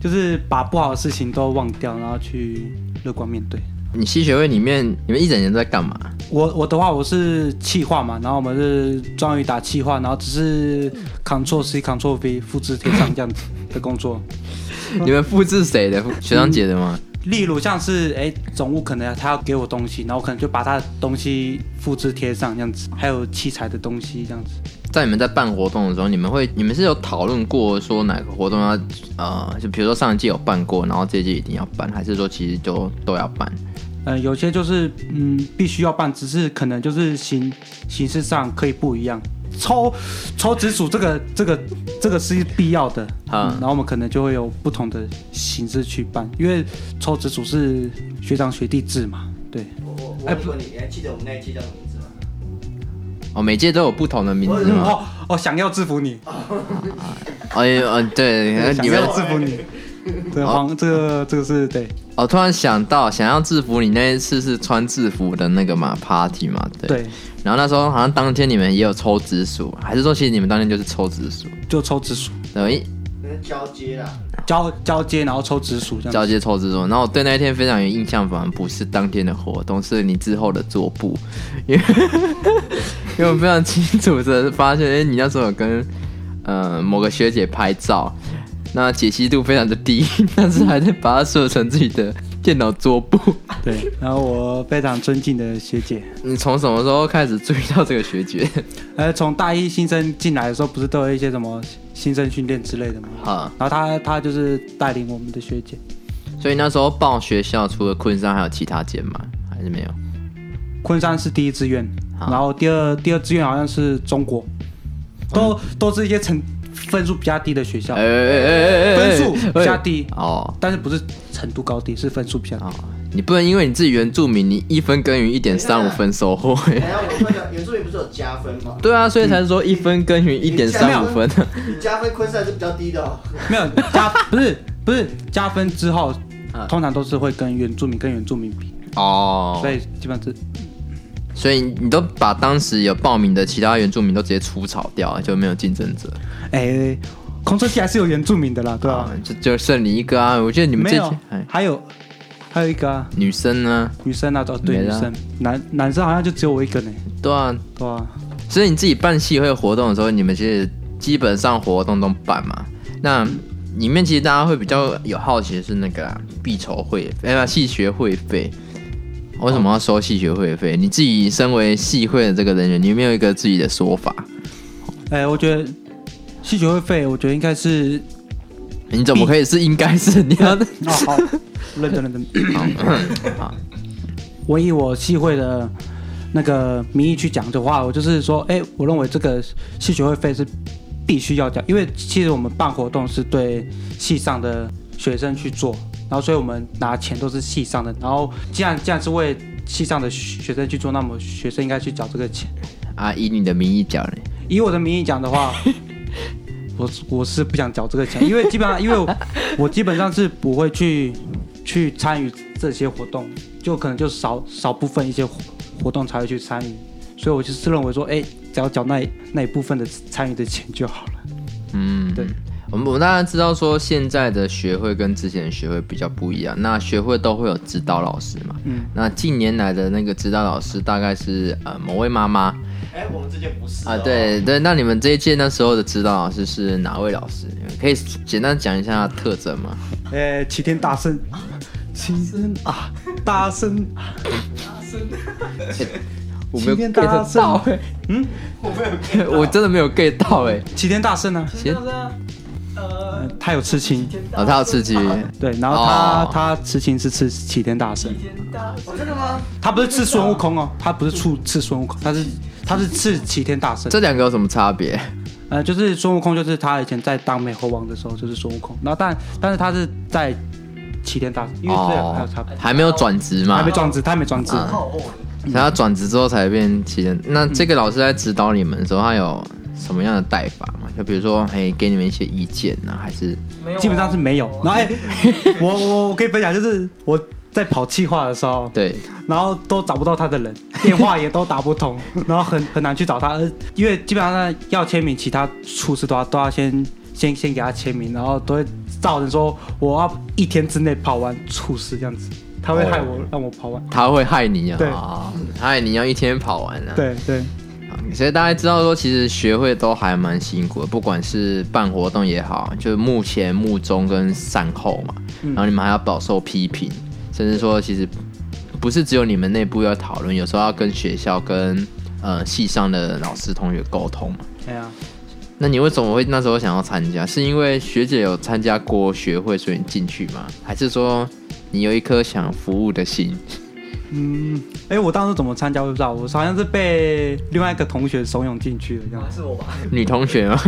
Speaker 2: 就是把不好的事情都忘掉，然后去乐观面对。
Speaker 1: 你系学会里面你们一整年都在干嘛？
Speaker 2: 我我的话我是气化嘛，然后我们是专于打气化，然后只是 Ctrl C Ctrl V 复制贴上这样子的工作。
Speaker 1: 你们复制谁的？学长姐的吗？
Speaker 2: 例如像是哎总务可能他要给我东西，然后我可能就把他的东西复制贴上这样子，还有器材的东西这样子。
Speaker 1: 在你们在办活动的时候，你们会你们是有讨论过说哪个活动要呃，就比如说上一届有办过，然后这一届一定要办，还是说其实都都要办？
Speaker 2: 呃，有些就是嗯必须要办，只是可能就是形形式上可以不一样。抽抽直属这个这个这个是必要的，
Speaker 1: 啊
Speaker 2: 嗯，然后我们可能就会有不同的形式去办，因为抽直属是学长学弟制嘛，对，
Speaker 3: 我我我问过你，你还记得我们那一期叫什么名字吗？
Speaker 1: 哦，每届都有不同的名字
Speaker 2: 嗯
Speaker 1: 吗？
Speaker 2: 哦哦，想要制服你，
Speaker 1: 哦，也哦对，
Speaker 2: 想
Speaker 1: 你们
Speaker 2: 要制服你，对，黄这个这个是对，
Speaker 1: 哦，突然想到，想要制服你那一次是穿制服的那个嘛 party 嘛，对。
Speaker 2: 对，
Speaker 1: 然后那时候好像当天你们也有抽紫薯，还是说其实你们当天就是抽紫薯？
Speaker 2: 就抽直属
Speaker 1: 对，一
Speaker 3: 那是交接啦，
Speaker 2: 交交接，然后抽直属这样
Speaker 1: 交
Speaker 2: 子，
Speaker 1: 接抽脂中，然后我对那一天非常有印象，反而不是当天的活动，是你之后的桌布，因为因为我非常清楚的发现，哎、你那时候有跟呃某个学姐拍照，那解析度非常的低，但是还在把它设成自己的电脑桌布。
Speaker 2: 对，然后我非常尊敬的学姐，
Speaker 1: 你从什么时候开始注意到这个学姐？
Speaker 2: 呃，从大一新生进来的时候，不是都有一些什么新生训练之类的吗？
Speaker 1: 啊，
Speaker 2: 然后她她就是带领我们的学姐，
Speaker 1: 所以那时候报学校除了昆山还有其他间吗？还是没有？
Speaker 2: 昆山是第一志愿，
Speaker 1: 好
Speaker 2: 然后第二第二志愿好像是中国，都、都是一些成分数比较低的学校，
Speaker 1: 嗯哎哎哎哎哎，
Speaker 2: 分数比较
Speaker 1: 哎
Speaker 2: 低，
Speaker 1: 哦。
Speaker 2: 但是不是程度高低，是分数比较低。
Speaker 1: 啊、你不能因为你自己原住民，你一分耕耘一点三五分收获。
Speaker 2: 啊
Speaker 3: 等一下哎我那个原住民不是有加分吗？
Speaker 1: 对啊，所以才说一分耕耘一点三五
Speaker 2: 嗯
Speaker 1: 分。
Speaker 3: 你加分昆山是比较低的哦。
Speaker 2: 没有加 不是不是加分之后
Speaker 1: 啊，
Speaker 2: 通常都是会跟原住民跟原住民比，
Speaker 1: 哦，
Speaker 2: 所以基本上是
Speaker 1: 所以你都把当时有报名的其他原住民都直接除草掉，就没有竞争者，
Speaker 2: 哎、空车系还是有原住民的啦，对吧、
Speaker 1: 啊、就就剩你一个啊。我觉得你们
Speaker 2: 没
Speaker 1: 这
Speaker 2: 有，
Speaker 1: 哎
Speaker 2: 还有还有一个啊，
Speaker 1: 女生呢，
Speaker 2: 女生啊，哦对，
Speaker 1: 没
Speaker 2: 女
Speaker 1: 了
Speaker 2: 生，男男生好像就只有我一个呢，
Speaker 1: 对啊，
Speaker 2: 对吧、啊？
Speaker 1: 所以你自己办系会活动的时候，你们其实基本上活动都办嘛。那里面其实大家会比较有好奇的是那个啦，必筹会，哎、不，系学会费。为什么要收系学会费？你自己身为系会的这个人员，你有没有一个自己的说法？
Speaker 2: 哎、我觉得系学会费，我觉得应该是 哦
Speaker 1: 你怎么可以是应该是你要？
Speaker 2: 啊、好，认真认真，
Speaker 1: 好，好
Speaker 2: 我以我系会的那个名义去讲的话，我就是说，哎、我认为这个系学会费是必须要讲，因为其实我们办活动是对系上的学生去做，然后所以我们拿钱都是系上的，然后既然既然是为系上的学生去做，那么学生应该去缴这个钱。
Speaker 1: 啊，以你的名义讲嘞，
Speaker 2: 以我的名义讲的话，我我是不想缴这个钱，因为基本上，因为我我基本上是不会去去参与这些活动，就可能就少少部分一些活活动才会去参与，所以我就是认为说，哎、只要缴那一那一部分的参与的钱就好了。
Speaker 1: 嗯，
Speaker 2: 对。
Speaker 1: 我们我们当然知道说现在的学会跟之前的学会比较不一样，那学会都会有指导老师嘛。
Speaker 2: 嗯，
Speaker 1: 那近年来的那个指导老师大概是呃某位妈妈
Speaker 3: 哎，我们这届不是
Speaker 1: 啊，
Speaker 3: 哦，
Speaker 1: 对对。那你们这一届那时候的指导老师是哪位老师？可以简单讲一下他的特征吗？
Speaker 2: 呃、齐天大圣，齐声 啊，大声，大声，
Speaker 1: 我没有
Speaker 2: 齐天
Speaker 1: get
Speaker 2: 大圣
Speaker 1: 到哎、
Speaker 2: 嗯，
Speaker 3: 我没有 get 到，
Speaker 1: 我真的没有 get 到哎、
Speaker 2: 齐天大圣呢、
Speaker 1: 其实
Speaker 2: 呃他有痴情，
Speaker 1: 哦，他有刺 激，
Speaker 2: 对，然后他、
Speaker 1: 哦
Speaker 2: 他痴情是吃齐天大圣。
Speaker 3: 哦真的吗？
Speaker 2: 他不是刺孙悟空哦，他不是刺刺孙悟空，他是他是刺齐天大圣。
Speaker 1: 这两个有什么差别？
Speaker 2: 呃，就是孙悟空，就是他以前在当美猴王的时候就是孙悟空，然后但但是他是在齐天大圣，因为这
Speaker 1: 哦
Speaker 2: 两个还有差别，
Speaker 1: 还没有转职嘛？
Speaker 2: 还没转职，他还没转职。
Speaker 1: 嗯
Speaker 3: 好哦，
Speaker 1: 然后转职之后才变奇人。那这个老师在指导你们的时候，他有什么样的带法吗？就比如说，哎，给你们一些意见呢、还是
Speaker 2: 基本上是没有。然后哎、我我我可以分享，就是我在跑气化的时候，
Speaker 1: 对
Speaker 2: 然后都找不到他的人， 电话也都打不通， 然后很很难去找他，呃因为基本上要签名，其他厨师都要都要先先先给他签名，然后都会造成说我要一天之内跑完厨师这样子，他会害我、让我跑完。
Speaker 1: 他会害你啊？
Speaker 2: 对
Speaker 1: 啊害你要一天跑完啊。
Speaker 2: 对对，
Speaker 1: 所以大家知道说，其实学会都还蛮辛苦的，不管是办活动也好，就是幕前、幕中跟善后嘛，
Speaker 2: 嗯
Speaker 1: 然后你们还要饱受批评，甚至说其实不是只有你们内部要讨论，有时候要跟学校、跟呃系上的老师同学沟通嘛。
Speaker 2: 哎呀、
Speaker 1: 那你为什么会那时候想要参加？是因为学姐有参加过学会，所以你进去吗？还是说你有一颗想服务的心？
Speaker 2: 嗯，哎，我当时怎么参加我不知道，我好像是被另外一个同学怂恿进去的这 样子。
Speaker 4: 是我吧？
Speaker 1: 女同学吗？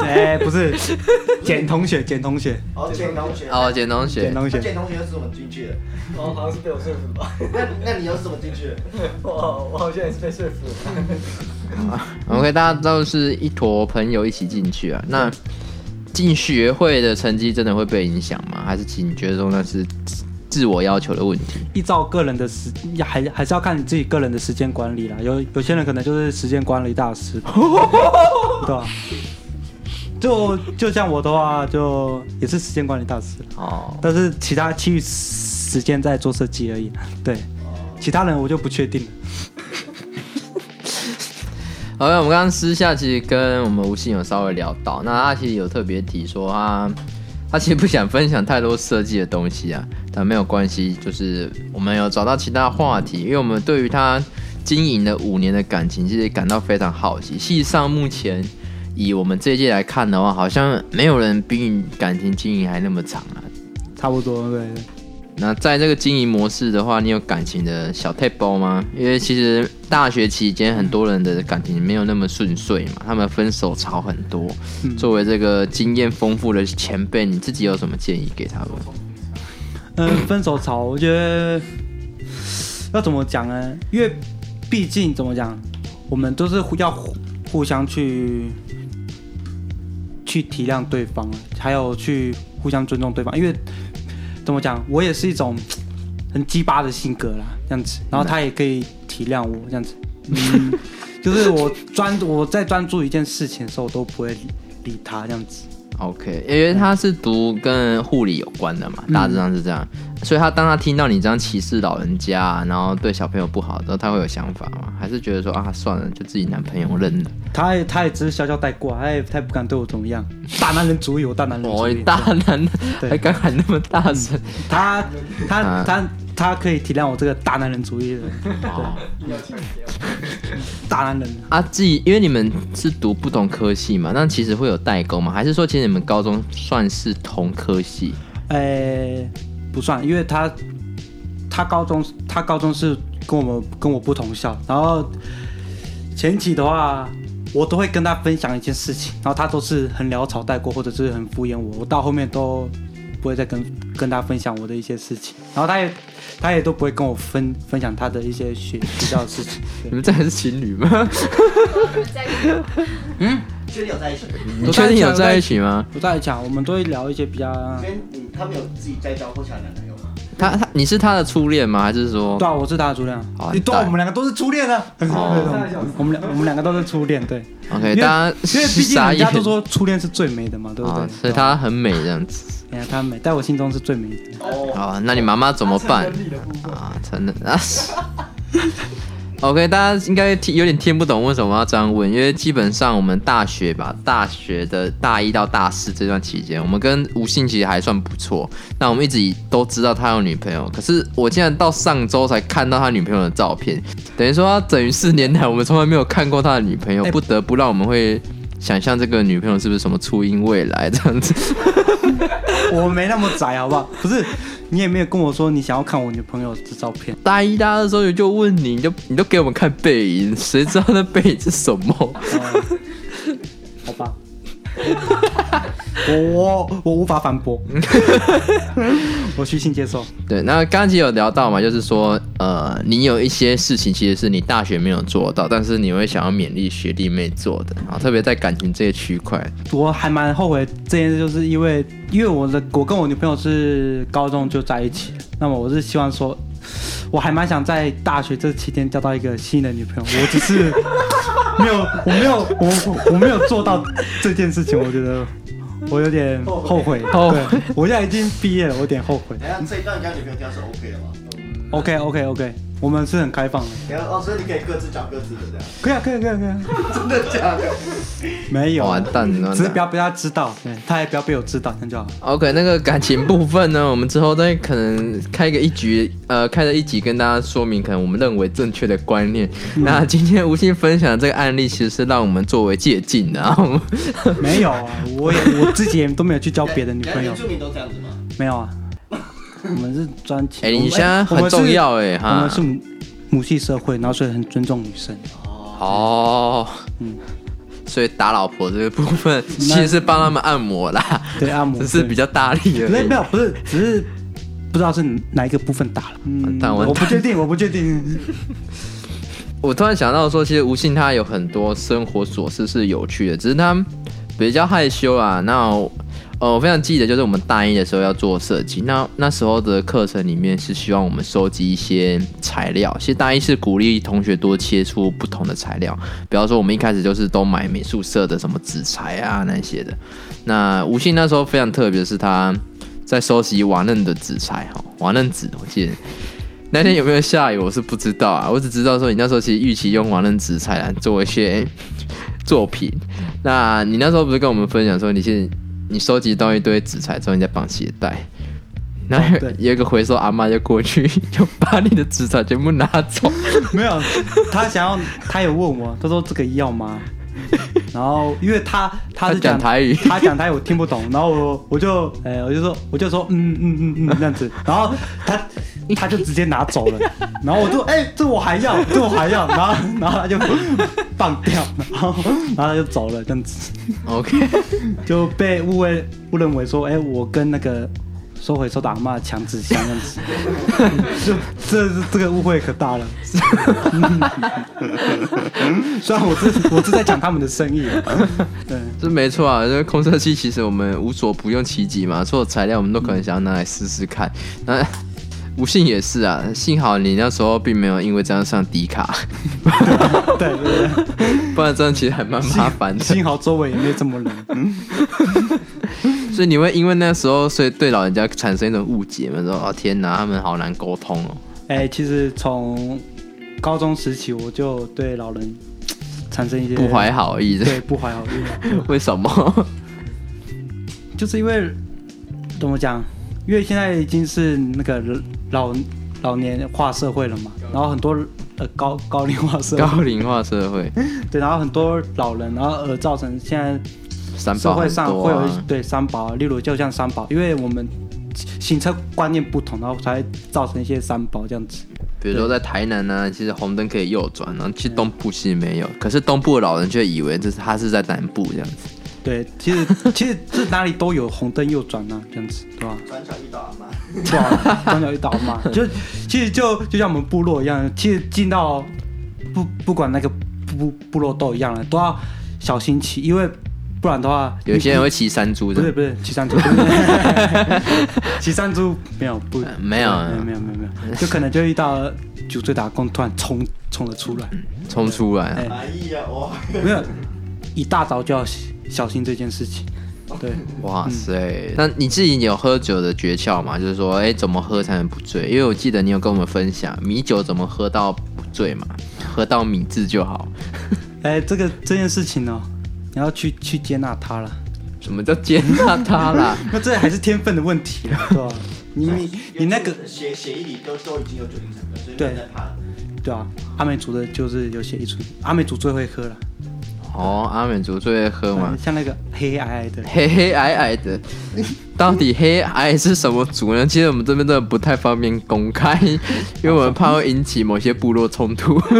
Speaker 2: 哎，不是， 简同学，简同学，
Speaker 3: 哦，简同学，
Speaker 1: 哦，简同学
Speaker 2: 简。同
Speaker 3: 那
Speaker 2: 学，
Speaker 3: 简同学是怎么进去的？
Speaker 4: 哦，好像是被我说服 吧？
Speaker 3: 那你那你又是怎么进去的？
Speaker 4: 我我好像也是被说服了。
Speaker 1: OK，大家都是一坨朋友一起进去啊。那进学会的成绩真的会被影响吗？还是其实你觉得说那是自自我要求的问题？
Speaker 2: 依照个人的时，还还是要看你自己个人的时间管理啦。有有些人可能就是时间管理大师，对吧、就就像我的话，就也是时间管理大师，
Speaker 1: 哦，
Speaker 2: 但是其他其余时间在做设计而已。对，其他人我就不确定了。
Speaker 1: 好了，我们刚刚私下其实跟我们吴信有稍微聊到，那他其实有特别提说他他其实不想分享太多设计的东西啊，但没有关系，就是我们有找到其他话题，因为我们对于他经营了五年的感情，其实感到非常好奇。事实上，目前以我们这一届来看的话，好像没有人比你感情经营还那么长啊。
Speaker 2: 差不多对，
Speaker 1: 那在这个经营模式的话，你有感情的小 table 吗？因为其实大学期间很多人的感情没有那么顺遂嘛，他们分手潮很多。
Speaker 2: 嗯
Speaker 1: 作为这个经验丰富的前辈，你自己有什么建议给他们？
Speaker 2: 嗯，分手潮，我觉得要怎么讲呢？因为毕竟怎么讲，我们都是互要互互相去去体谅对方，啊还有去互相尊重对方。因为怎么讲，我也是一种很鸡巴的性格啦，这样子，然后他也可以体谅我这样子。嗯，就是我专我在专注一件事情的时候，我都不会理理他这样子。
Speaker 1: OK，因为他是读跟护理有关的
Speaker 2: 嗯
Speaker 1: 嘛，大致上是这样。所以他当他听到你这样歧视老人家，然后对小朋友不好的时候，他会有想法吗？还是觉得说啊，算了，就自己男朋友认了。
Speaker 2: 他也他也只是小小带过，他也他也不敢对我怎 么样。大男人主义，有大男人主
Speaker 1: 我
Speaker 2: 义。
Speaker 1: 哦 大男的
Speaker 2: 对
Speaker 1: 还敢喊那么大声？
Speaker 2: 他
Speaker 1: 啊
Speaker 2: 他他他可以体谅我这个大男人主义的人
Speaker 1: 哦
Speaker 2: 大男人。
Speaker 1: 啊，自己因为你们是读不同科系嘛，那其实会有代沟嘛？还是说其实你们高中算是同科系？
Speaker 2: 呃，不算，因为他他高中他高中是跟我们跟我不同校，然后前期的话，我都会跟他分享一件事情，然后他都是很潦草带过，或者是很敷衍我，我到后面都不会再跟跟他分享我的一些事情，然后他也他也都不会跟我分分享他的一些学学校的事情。
Speaker 1: 你们这还是情侣 吗？
Speaker 5: 在
Speaker 3: 确定有在一起？
Speaker 1: 你确定有在一起吗？
Speaker 2: 不再讲，我们都会聊一些比较，
Speaker 3: 跟你他们有自己在交或抢男朋友吗？
Speaker 1: 他他你是他的初恋吗？还是说
Speaker 2: 对啊，我是他的初恋啊，
Speaker 1: 好
Speaker 3: 哦你
Speaker 1: 你
Speaker 3: 对我们两个都是初恋啊！
Speaker 1: 哦
Speaker 2: 我们两我们两个都是初恋，对，
Speaker 1: ？OK，
Speaker 2: 啊因为
Speaker 1: 大家
Speaker 2: 因为毕竟
Speaker 1: 傻
Speaker 2: 人
Speaker 1: 眼
Speaker 2: 家都说初恋是最美的嘛，对不对？
Speaker 1: 啊，所以她很美这样子。
Speaker 2: 你看她美，在我心中是最美的。
Speaker 3: 哦，
Speaker 1: 啊，那你妈妈怎么办
Speaker 4: 你的部分
Speaker 1: 啊？真的啊。OK，大家应该听有点听不懂为什么要这样问，因为基本上我们大学吧，大学的大一到大四这段期间，我们跟吴信其实还算不错。那我们一直都知道他有女朋友，可是我竟然到上周才看到他女朋友的照片，等于说他等于四年来我们从来没有看过他的女朋友，
Speaker 2: 哎
Speaker 1: 不得不让我们会想象这个女朋友是不是什么初音未来这样子。
Speaker 2: 我没那么宅，好不好？不是，你也没有跟我说你想要看我女朋友的照 片。
Speaker 1: 大一、大二的时候就问你，你就你都给我们看背影，谁知道那背影是什么？
Speaker 2: 哦好吧，我我我无法反 驳，我虚心接受。
Speaker 1: 对，那刚刚其实有聊到嘛，就是说，呃，你有一些事情其实是你大学没有做到，但是你会想要勉励学弟妹做的啊，特别在感情这个区块。
Speaker 2: 我还蛮后悔这件事，就是因为因为我的我跟我女朋友是高中就在一起，那么我是希望说，我还蛮想在大学这期间交到一个新的女朋友，我只是没有我没有我我没有做到这件事情，我觉得我有点后悔，
Speaker 1: 后悔
Speaker 2: 对，我现在已经毕业了，我有点后悔。
Speaker 3: 等一哎下这一段跟女朋友听到是 OK 的吗？
Speaker 2: OK OK OK，我们是很开放的，
Speaker 3: 等一下哦，所以你可以各自讲各自的这样。
Speaker 2: 可以啊可以啊可以啊可以啊，
Speaker 3: 真的假的？
Speaker 2: 没有啊，
Speaker 1: 完蛋了，
Speaker 2: 只是不要被他知道，对，他也不要被我知道，这样就好。
Speaker 1: OK，那个感情部分呢，我 们之后再可能开个一局，呃，开了一集跟大家说明，可能我们认为正确的观念。
Speaker 2: 嗯
Speaker 1: 那今天吴昕分享的这个案例，其实是让我们作为借鉴的，然 哎后我们
Speaker 2: 没有啊，我也我自己也都没有去交别的女朋友
Speaker 3: 原来原，住民都这样子吗？
Speaker 2: 没有啊。我们是专情，
Speaker 1: 哎你
Speaker 2: 我们
Speaker 1: 现在很重要哎
Speaker 2: 我们
Speaker 1: 哈
Speaker 2: 是我们是母母系社会，然后所以很尊重女生。
Speaker 1: 哦，
Speaker 2: 嗯
Speaker 1: 所以打老婆这个部分其实是帮他们按摩啦，
Speaker 2: 对按摩
Speaker 1: 只是比较大力而
Speaker 2: 没有没
Speaker 1: 已。
Speaker 2: 有，不是，只是不知道是哪一个部分打了。嗯
Speaker 1: 蛋完蛋
Speaker 2: 我不确定，我不确定。
Speaker 1: 我突然想到说，其实吴信他有很多生活琐事是有趣的，只是他比较害羞啊。那我呃，我非常记得就是我们大一的时候要做设计，那那时候的课程里面是希望我们收集一些材料。其实大一是鼓励同学多接触不同的材料，比方说我们一开始就是都买美术社的什么纸材啊那些的。那吴信那时候非常特别，是他在收集瓦楞的纸材哈，瓦楞纸我记得。那天有没有下雨，我是不知道啊，我只知道说你那时候其实预期用瓦楞纸材来啊做一些 作品。那你那时候不是跟我们分享说你是你收集到一堆纸材之后，你再绑鞋带，然后
Speaker 2: 哦对
Speaker 1: 有一个回收阿妈就过去 就把你的纸材全部拿走。
Speaker 2: 没有，他想要，他有问我，他说这个 要吗？然后因为他他是
Speaker 1: 他讲台语
Speaker 2: 他讲台语我听不懂，然后我我就呃、我就说我就说嗯嗯嗯嗯这样子，然后他他就直接拿走了，然后我就哎、这我还要这我还要，然后然后他就放掉，然后然后他就走了这样子，
Speaker 1: OK，
Speaker 2: 就被误会误认为说哎、我跟那个。收回收的阿嬷抢纸箱这样子， 就这这这个误会可大了。 虽然我是我是在讲他们的生意啊，对，
Speaker 1: 这没错啊，这个空色系其实我们无所不用其极嘛，所有材料我们都可能想要拿来试试看。那吴信也是啊，幸好你那时候并没有因为这样上迪卡，
Speaker 2: 对对对，
Speaker 1: 不然真的其实还蛮麻烦的。
Speaker 2: 幸好周围也没有这么冷。
Speaker 1: 所以你会因为那时候，所以对老人家产生一种误解嘛？说哦天哪，他们好难沟通哦。
Speaker 2: 哎、其实从高中时期我就对老人产生一些
Speaker 1: 不怀好意的，
Speaker 2: 对不怀好意，
Speaker 1: 为什么？
Speaker 2: 就是因为怎么讲，因为现在已经是那个老老年化社会了嘛，然后很多呃高高龄化 社
Speaker 1: 高
Speaker 2: 会，
Speaker 1: 龄化社会，
Speaker 2: 对，然后很多老人，然后而造成现在
Speaker 1: 三
Speaker 2: 社
Speaker 1: 宝
Speaker 2: 会
Speaker 1: 很
Speaker 2: 上
Speaker 1: 多
Speaker 2: 会有一
Speaker 1: 啊。
Speaker 2: 对三宝，例如就像三宝，因为我们行车观念不同，然后才会造成一些三宝这样子。
Speaker 1: 比如说在台南呢、其实红灯可以右转，然后去东部其实没有，可是东部的老人却以为这是他是在南部这样子。
Speaker 2: 对，其实 其实这哪里都有红灯右转啊，这样子，对吧？
Speaker 3: 转角遇到阿妈，
Speaker 2: 对吧？转角一倒 嘛，就其实就就像我们部落一样，其实进到不不管那个部部落都一样了，都要小心骑，因为不然的话，
Speaker 1: 有些人会骑山猪
Speaker 2: 不
Speaker 1: 这
Speaker 2: 是
Speaker 1: 样，
Speaker 2: 不是 骑山猪，骑山猪没有不
Speaker 1: 呃 没有
Speaker 2: 没有没有没有没有，就可能就遇到酒醉打工突然冲冲了出来，
Speaker 1: 冲出来啊、
Speaker 2: 哎
Speaker 3: 哎呀，哇，
Speaker 2: 没有一大早就要小心这件事情，对。
Speaker 1: 哇
Speaker 2: 嗯
Speaker 1: 塞！那你自己有喝酒的诀窍吗？就是说，哎、怎么喝才能不醉？因为我记得你有跟我们分享米酒怎么喝到不醉嘛，喝到米字就好。
Speaker 2: 哎，这个这件事情哦，你要去去接纳它了。
Speaker 1: 什么叫接纳它 啦？
Speaker 2: 那这还是天分的问题了， 对吧、啊你你你那个
Speaker 3: 协协议里都都已经有酒精成分，所以
Speaker 2: 对
Speaker 3: 你在怕了。
Speaker 2: 对啊，阿美族的就是有些一出，阿美族最会喝了，
Speaker 1: 哦，阿美族最会喝嘛，
Speaker 2: 像那个黑矮矮的，
Speaker 1: 黑黑矮矮的，到底黑矮是什么族呢？其实我们这边真的不太方便公 开，因为我们怕会引起某些部落冲 突。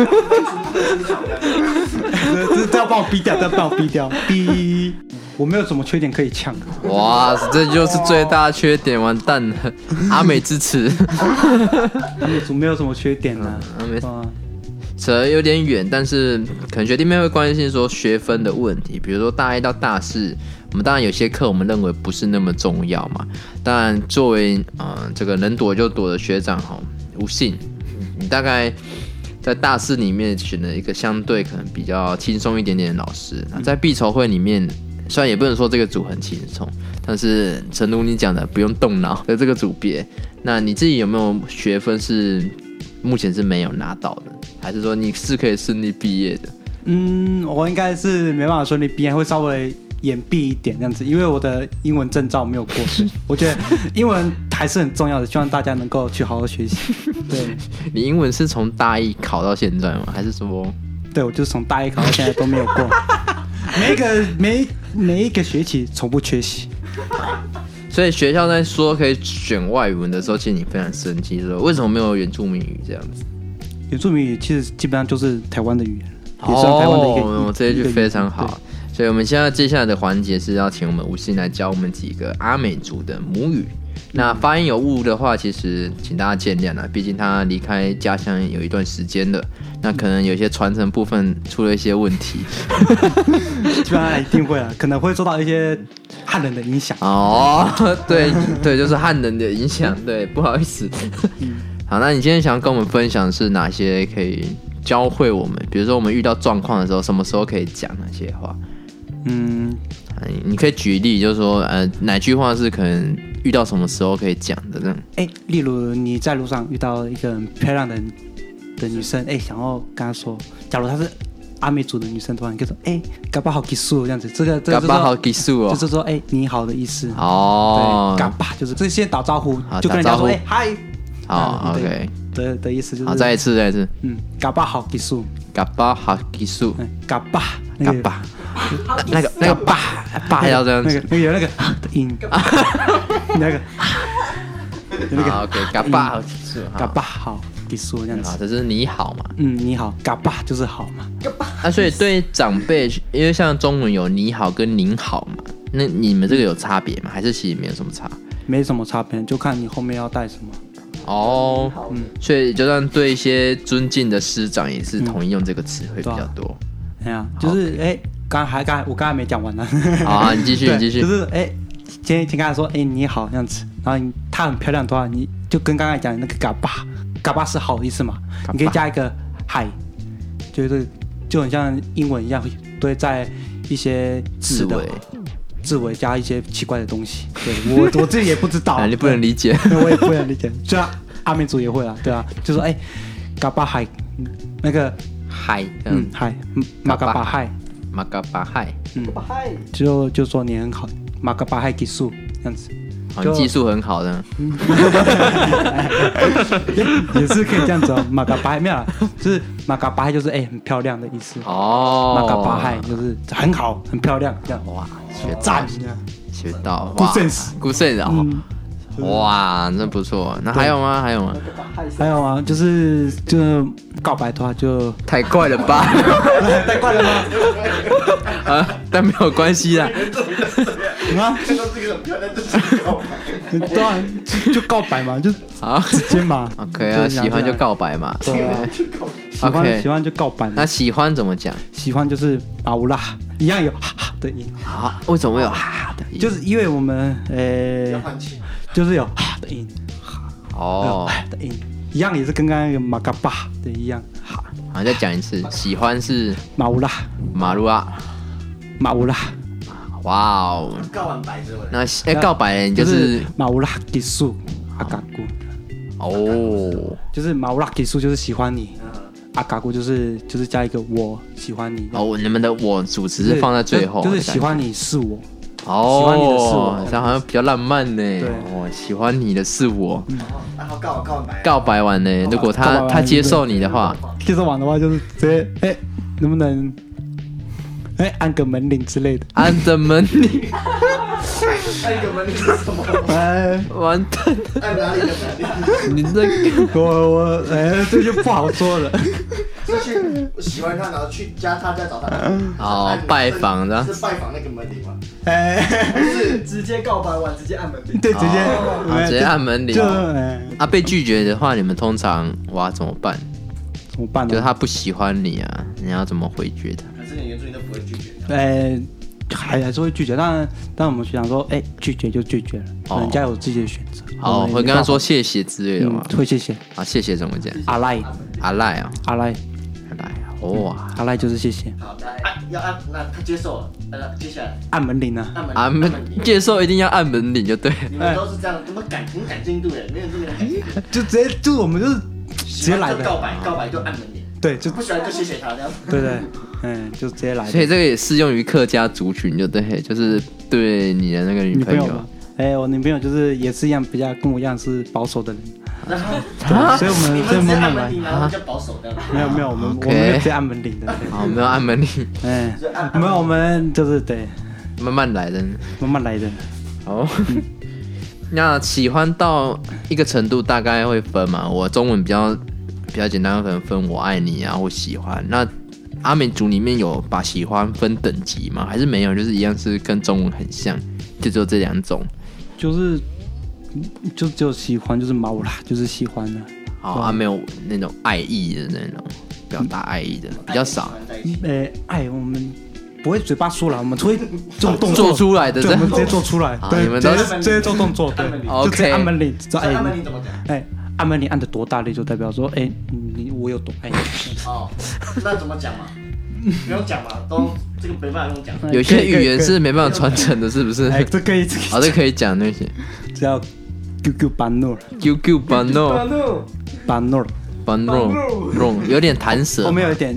Speaker 2: 这这这要帮我逼掉，这要帮我逼掉， 逼！我没有什么缺点可以呛，
Speaker 1: 哇，这就是最大的缺点，完蛋了！阿美支持，
Speaker 2: 阿美族没有什么缺点啊，
Speaker 1: 阿美
Speaker 2: 啊，
Speaker 1: 扯得有点远，但是可能学弟妹会关心说学分的问题，比如说大一到大四，我们当然有些课我们认为不是那么重要嘛，当然作为嗯、呃这个能躲就躲的学长哈，吴信，你大概在大四里面选了一个相对可能比较轻松一点点的老师，那在必筹会里面。虽然也不能说这个组很轻松，但是诚如你讲的，不用动脑的这个组别，那你自己有没有学分是目前是没有拿到的？还是说你是可以顺利毕业的？
Speaker 2: 嗯，我应该是没办法说你鼻炎会稍微掩蔽一点这样子，因为我的英文证照没有过， 所以我觉得英文还是很重要的，希望大家能够去好好学 习。对，
Speaker 1: 你英文是从大一考到现在吗？还是说
Speaker 2: 对我就是从大一考到现在都没有过， 每一个每一每一个学期从不缺席。
Speaker 1: 所以学校在说可以选外文的时候，其实你非常生气，说为什么没有原住民语这样子？
Speaker 2: 原住民语其实基本上就是台湾的语言，也算台湾的一个。
Speaker 1: 哦，这一句非常好。所以我们现在接下来的环节是要请我们吴信来教我们几个阿美族的母语。
Speaker 2: 嗯
Speaker 1: 那发音有误的话，其实请大家见谅了，毕竟他离开家乡有一段时间了，那可能有些传承部分出了一些问题。
Speaker 2: 对，基本上一定会啊，可能会受到一些汉人的影响。
Speaker 1: 哦， 对对，就是汉人的影响，对，不好意思。
Speaker 2: 嗯
Speaker 1: 好，那你今天想要跟我们分享是哪些可以教会我们？比如说我们遇到状况的时候，什么时候可以讲哪些话？
Speaker 2: 嗯，
Speaker 1: 啊你你可以举例，就是说，呃，哪句话是可能遇到什么时候可以讲的这样？
Speaker 2: 哎，例如你在路上遇到一个很漂亮的的女生，哎，想要跟她说，假如她是阿美族的女生的话，你可以说，哎，嘎巴好技术这样子，这个这
Speaker 1: 嘎
Speaker 2: 个就是
Speaker 1: 巴好
Speaker 2: 说
Speaker 1: 技术
Speaker 2: 就
Speaker 1: 哦，
Speaker 2: 是说，哎，你好的意思。
Speaker 1: 哦
Speaker 2: 对，，嘎巴就是这些打招呼
Speaker 1: 好，
Speaker 2: 就跟人
Speaker 1: 打
Speaker 2: 家
Speaker 1: 招呼
Speaker 2: 说，哎，嗨。
Speaker 1: 好
Speaker 2: 嗯对
Speaker 1: ，OK，
Speaker 2: 的的意思就
Speaker 1: 好，
Speaker 2: 是，
Speaker 1: 再一次，再一次，
Speaker 2: 嗯，嘎巴好技术，
Speaker 1: 嘎巴好技术，
Speaker 2: 嗯，嘎巴，
Speaker 1: 嘎
Speaker 2: 那个
Speaker 1: 巴，那那个那个巴巴要这样
Speaker 2: 那个
Speaker 1: 子，
Speaker 2: 那个有那个的音， 那个有那
Speaker 1: 好
Speaker 2: 个嗯
Speaker 1: ，OK，嘎巴好技术，
Speaker 2: 嘎
Speaker 1: 好，
Speaker 2: 巴好技术这样
Speaker 1: 好，这
Speaker 2: 子。
Speaker 1: 是你好嘛？
Speaker 2: 嗯，你好，嘎巴就是好嘛。
Speaker 1: 啊，所以对长辈，因为像中文有你好跟您好嘛，那你们这个有差别吗？还是其实没有什么差？
Speaker 2: 没什么差别，就看你后面要带什么。
Speaker 1: 哦，
Speaker 2: 嗯
Speaker 1: 所以就算对一些尊敬的师长，也是统一用这个词汇比
Speaker 2: 嗯
Speaker 1: 较多。
Speaker 2: 哎呀，就是哎，刚还刚我刚才没讲完呢。
Speaker 1: 好啊，你继续，
Speaker 2: 对
Speaker 1: 你继续
Speaker 2: 就。是哎，今天请跟他说，哎，你好这样子，然后你她很漂亮的话，你就跟刚才讲的那个嘎巴，嘎巴是好的意思嘛，你可以加一个嗨，就是就很像英文一样，都会在一些
Speaker 1: 自
Speaker 2: 字的
Speaker 1: 为，
Speaker 2: 字尾加一些奇怪的东西。对我我自己也不知道，
Speaker 1: 啊，你不能理解。
Speaker 2: 对，我也不能理解。虽然阿美族也会啊，对啊，就说哎，嘎巴嗨，那个
Speaker 1: 嗨，
Speaker 2: 嗯
Speaker 1: 嗯，
Speaker 2: 嗨，嗯马嘎巴嗨，
Speaker 1: 马嘎巴嗨，
Speaker 2: 嗯，
Speaker 4: 嗨，
Speaker 2: 就就说你很好，马嘎巴嗨技术这样子，
Speaker 1: 好，
Speaker 2: 就
Speaker 1: 哦你技术很好的。
Speaker 2: 也是可以这样子哦。马嘎巴嗨没有啦，就是马嘎巴嗨就是哎很漂亮的意思，
Speaker 1: 哦，
Speaker 2: 马嘎巴嗨就是很好，很漂亮这样，
Speaker 1: 哇，学到
Speaker 2: 赞，这样啊
Speaker 1: 学到，
Speaker 2: Good
Speaker 1: 哇
Speaker 2: sense 嗯
Speaker 1: ，good sense 哦。哇，那不错。那还有吗？还有吗？
Speaker 2: 还有啊，就是就告白的话就
Speaker 1: 太快了吧！
Speaker 2: 太快了吗？
Speaker 1: 啊，但没有关系啦。
Speaker 2: 啊，
Speaker 3: 看到这个很漂亮，这是告白。
Speaker 2: 对啊，就就告白嘛，就
Speaker 1: 好
Speaker 2: 直接嘛。
Speaker 1: 啊，OK 啊，喜欢就告白嘛。
Speaker 2: 对啊，喜欢
Speaker 1: OK
Speaker 2: 喜欢就告白嘛
Speaker 1: 那。喜欢怎么讲？
Speaker 2: 喜欢就是啊乌啦，一样有哈哈的音，
Speaker 1: 啊，为什么会有哈的音？
Speaker 2: 就是因为我们
Speaker 3: 要
Speaker 2: 呃，
Speaker 3: 换气，
Speaker 2: 就是有哈的音，有
Speaker 1: 哦，
Speaker 2: 哈的音，一样也是跟刚刚那个马嘎巴的一样，哈
Speaker 1: 好，再讲一次，喜欢是
Speaker 2: 马乌啦，
Speaker 1: 马路啊，
Speaker 2: 马乌啦，
Speaker 1: 哇哦。
Speaker 3: 告完白之后呢，
Speaker 1: 那哎，告白你就是
Speaker 2: 马乌啦技术阿嘎姑，
Speaker 1: 哦，
Speaker 2: 就是马乌啦技术就是喜欢你，
Speaker 3: 嗯，
Speaker 2: 阿嘎姑就是就是加一个我喜欢你，
Speaker 1: 哦，你们的我主持
Speaker 2: 就是
Speaker 1: 放在最后，
Speaker 2: 就是喜欢你是我，
Speaker 1: 哦，
Speaker 2: 喜欢你的是我
Speaker 1: 这样好像比较浪漫呢。
Speaker 2: 对
Speaker 1: 哦，喜欢你的是我。
Speaker 3: 然后啊告完告完白，
Speaker 1: 告白完呢，如果
Speaker 2: 告白
Speaker 1: 他
Speaker 2: 完
Speaker 1: 他接受你的话，
Speaker 2: 接受完的话就是直接哎、能不能哎、按个门铃之类的，
Speaker 1: 按着门铃，
Speaker 3: 按一个门铃是什么？哎
Speaker 2: 哎、
Speaker 1: 完蛋，
Speaker 3: 按哪里的 门铃？
Speaker 1: 你这个
Speaker 2: 我我哎、这就不好说了。
Speaker 3: 是去喜欢他，然后去家他家找他。
Speaker 1: 哦
Speaker 3: 按门铃
Speaker 1: 拜访的
Speaker 3: 是拜访那个门铃吗？
Speaker 2: 哎、
Speaker 4: 直接告白完，直接按门铃。
Speaker 2: 对，直接、
Speaker 1: 哦
Speaker 2: 哎
Speaker 1: 直接按门铃
Speaker 2: 就哎、
Speaker 1: 啊，被拒绝的话，你们通常哇怎么办？
Speaker 2: 怎么办
Speaker 1: 就是
Speaker 2: 呢？
Speaker 1: 他不喜欢你啊，你要怎么回绝他？
Speaker 3: 可是你原住民都不会拒绝的。
Speaker 2: 哎、还还是会拒绝，但但我们学长说，哎、拒绝就拒绝了，
Speaker 1: 哦
Speaker 2: 人家有自己的选择。我
Speaker 1: 哦，
Speaker 2: 们也
Speaker 1: 会
Speaker 2: 没
Speaker 1: 跟他
Speaker 2: 办法
Speaker 1: 说谢谢之类的
Speaker 2: 嗯
Speaker 1: 吗？，
Speaker 2: 会谢谢
Speaker 1: 啊，谢谢怎么讲？
Speaker 2: 阿赖
Speaker 1: 阿赖啊，
Speaker 2: 阿赖
Speaker 1: 阿赖，哦哇，
Speaker 2: 阿赖就是谢谢
Speaker 3: 好，来按要按，那他接受了，那接下来
Speaker 2: 按门铃啊，
Speaker 3: 按门铃
Speaker 1: 啊，
Speaker 3: 按
Speaker 1: 门
Speaker 3: 门铃。
Speaker 1: 接受一定要按门铃就对了。
Speaker 3: 你们都是这样，怎么感很感进度耶？没有这么感进度，
Speaker 2: 就直接就是我们就是直接来
Speaker 3: 喜欢就告
Speaker 2: 的，
Speaker 3: 白，告白就按门铃，
Speaker 2: 对，就
Speaker 3: 不喜欢就谢谢他这样。
Speaker 2: 对对， 嗯，就直接来的。
Speaker 1: 所以这个也适用于客家族群，就对，就是对你的那个女
Speaker 2: 女
Speaker 1: 朋
Speaker 2: 朋友
Speaker 1: 友
Speaker 2: 吗。？哎、我女朋友就是也是一样，比较跟我一样是保守的人，
Speaker 3: 然后
Speaker 1: 啊
Speaker 2: 对，所以我
Speaker 3: 你
Speaker 2: 们
Speaker 3: 们
Speaker 2: 再
Speaker 3: 直接
Speaker 2: 慢
Speaker 3: 按
Speaker 2: 慢
Speaker 3: 门
Speaker 2: 来
Speaker 3: 铃，。然后比较保守这样。
Speaker 2: 没有没有，我们
Speaker 1: OK
Speaker 2: 我们就直接按门铃的。
Speaker 1: 好，哦没有按门铃，
Speaker 2: 哎、没有，我们就是对
Speaker 1: 慢慢来的。
Speaker 2: 慢慢来的。
Speaker 1: 哦，那喜欢到一个程度大概会分嘛？我中文比较比较简单，可能分我爱你啊或喜欢。那阿美族里面有把喜欢分等级吗？还是没有？就是一样是跟中文很像，就只有这两种。
Speaker 2: 就是就只有喜欢，就是毛啦，就是喜欢的。
Speaker 1: 好，啊，没有那种爱意的那种表达爱意的比较少，
Speaker 2: 哎、哎，我们不会嘴巴说了，我们会做动作
Speaker 1: 做出来的
Speaker 2: 对，
Speaker 1: 这
Speaker 2: 我们直接做出来
Speaker 1: 好，
Speaker 2: 对，
Speaker 1: 你们
Speaker 2: 直
Speaker 1: 都
Speaker 2: 接
Speaker 1: 是
Speaker 2: 直接做动作，对
Speaker 3: 按门，铃
Speaker 2: 就直接
Speaker 1: OK
Speaker 2: 按门铃，知道
Speaker 3: 按
Speaker 2: 哎
Speaker 3: 门铃怎么讲？
Speaker 2: 哎，按门铃按的多大力，就代表说哎、你我有多哎爱你。
Speaker 3: 哦，那怎么讲嘛？不用讲嘛，都这个没办法用讲。
Speaker 1: 有些语言是没办法传承的，是不是？
Speaker 2: 哎，这可以，这
Speaker 1: 好，这可以讲那些。
Speaker 2: 个叫 QQ 班诺
Speaker 1: QQ 班
Speaker 4: 啊
Speaker 1: 诺
Speaker 4: no！
Speaker 2: 班诺，
Speaker 1: 班诺 r 有点弹舌嘛，
Speaker 2: 后面有一点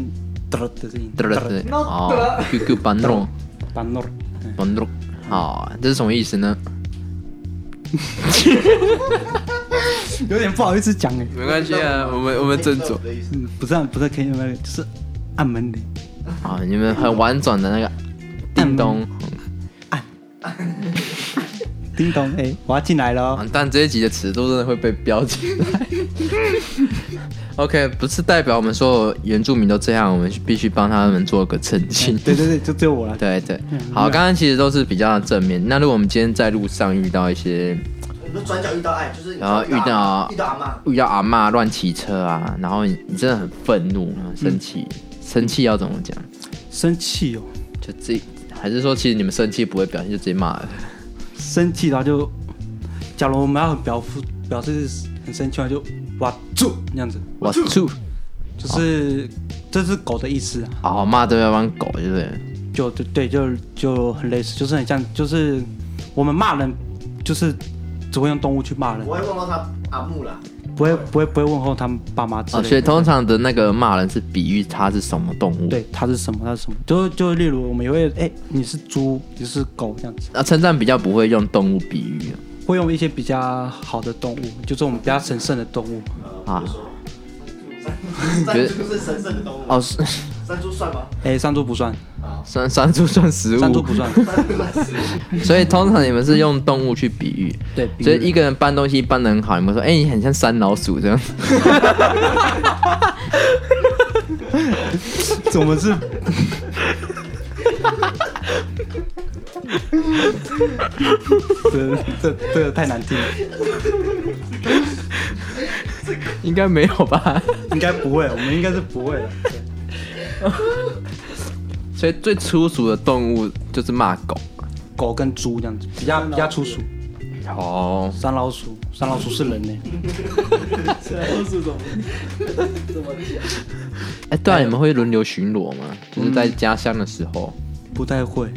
Speaker 2: 嘚的声音，
Speaker 1: 对对对，哦，QQ 班诺
Speaker 2: 班诺，
Speaker 1: 班诺，好，哦这是什么意思呢？
Speaker 2: 有点不好意思讲哎，
Speaker 1: 没关系啊，我们我们斟酌。
Speaker 3: 的意思。
Speaker 2: 嗯不是不是 K 那个，就是按门铃，
Speaker 1: 好，哦你们很婉转的那个叮
Speaker 2: 嗯
Speaker 1: 咚。
Speaker 2: 叮咚，哎，我要进来了哦，
Speaker 1: 完蛋，这一集的尺度真的会被标进 来。OK，不是代表我们所有原住民都这样，我们必须帮他们做个澄清。
Speaker 2: 对对对，嗯就只有我了，
Speaker 1: 对对，好，刚刚其实都是比较正面。那如果我们今天在路上遇到一些
Speaker 3: 我们转角遇到爱，就是你
Speaker 1: 然后遇到
Speaker 3: 遇到阿妈，
Speaker 1: 遇到阿嬷乱骑车啊，然后你你真的很愤怒、很生气，
Speaker 2: 嗯
Speaker 1: 生气要怎么讲？
Speaker 2: 生气哦，
Speaker 1: 就自己，还是说其实你们生气不会表现，就直接骂了？
Speaker 2: 生气然后就，假如我们要很表示表示很生气的话，就哇住那样子，
Speaker 1: 我住，
Speaker 2: 就是这是狗的意思啊。
Speaker 1: 哦，骂对方狗，对不对？
Speaker 2: 就就对，就就很类似，就是很像，就是我们骂人，就是只会用动物去骂人
Speaker 3: 我，会问到他阿木啦，
Speaker 2: 不会不会不会问候他们爸妈之
Speaker 1: 哦，
Speaker 2: 类
Speaker 1: 所
Speaker 2: 的。
Speaker 1: 以通常的那个骂人是比喻它是什么动物。，
Speaker 2: 对，它是什么？它是什么？就就例如我们也会，哎、你是猪，你是狗这样子，
Speaker 1: 啊，称赞比较不会用动物比喻啊
Speaker 2: 会用一些比较好的动物，就是我们比较神圣的动物。
Speaker 3: 呃
Speaker 1: 啊
Speaker 3: 比如说，山猪是神圣的动物，
Speaker 1: 哦，是
Speaker 3: 山猪算吗？
Speaker 2: 哎，山猪不算，
Speaker 3: 啊，
Speaker 1: 山山猪算食物，
Speaker 2: 山猪不 算，
Speaker 3: 山猪算食物。
Speaker 1: 所以通常你们是用动物去比喻，
Speaker 2: 对，
Speaker 1: 所以一个人搬东西搬得很好，你们说，哎、你很像山老鼠这样，
Speaker 2: 怎么是？这这这个太难听了，
Speaker 1: 应该没有吧？
Speaker 2: 应该不会，我们应该是不会的。
Speaker 1: 所以最粗俗的动物就是骂狗。
Speaker 2: 狗跟猪这样子，比较比较粗俗。
Speaker 1: 哦，
Speaker 2: 山老鼠，山老鼠是人呢、
Speaker 4: 这是什么？怎么讲？
Speaker 1: 哎、对啊，你们会轮流巡逻吗？就是在家乡的时候。
Speaker 2: 不太会。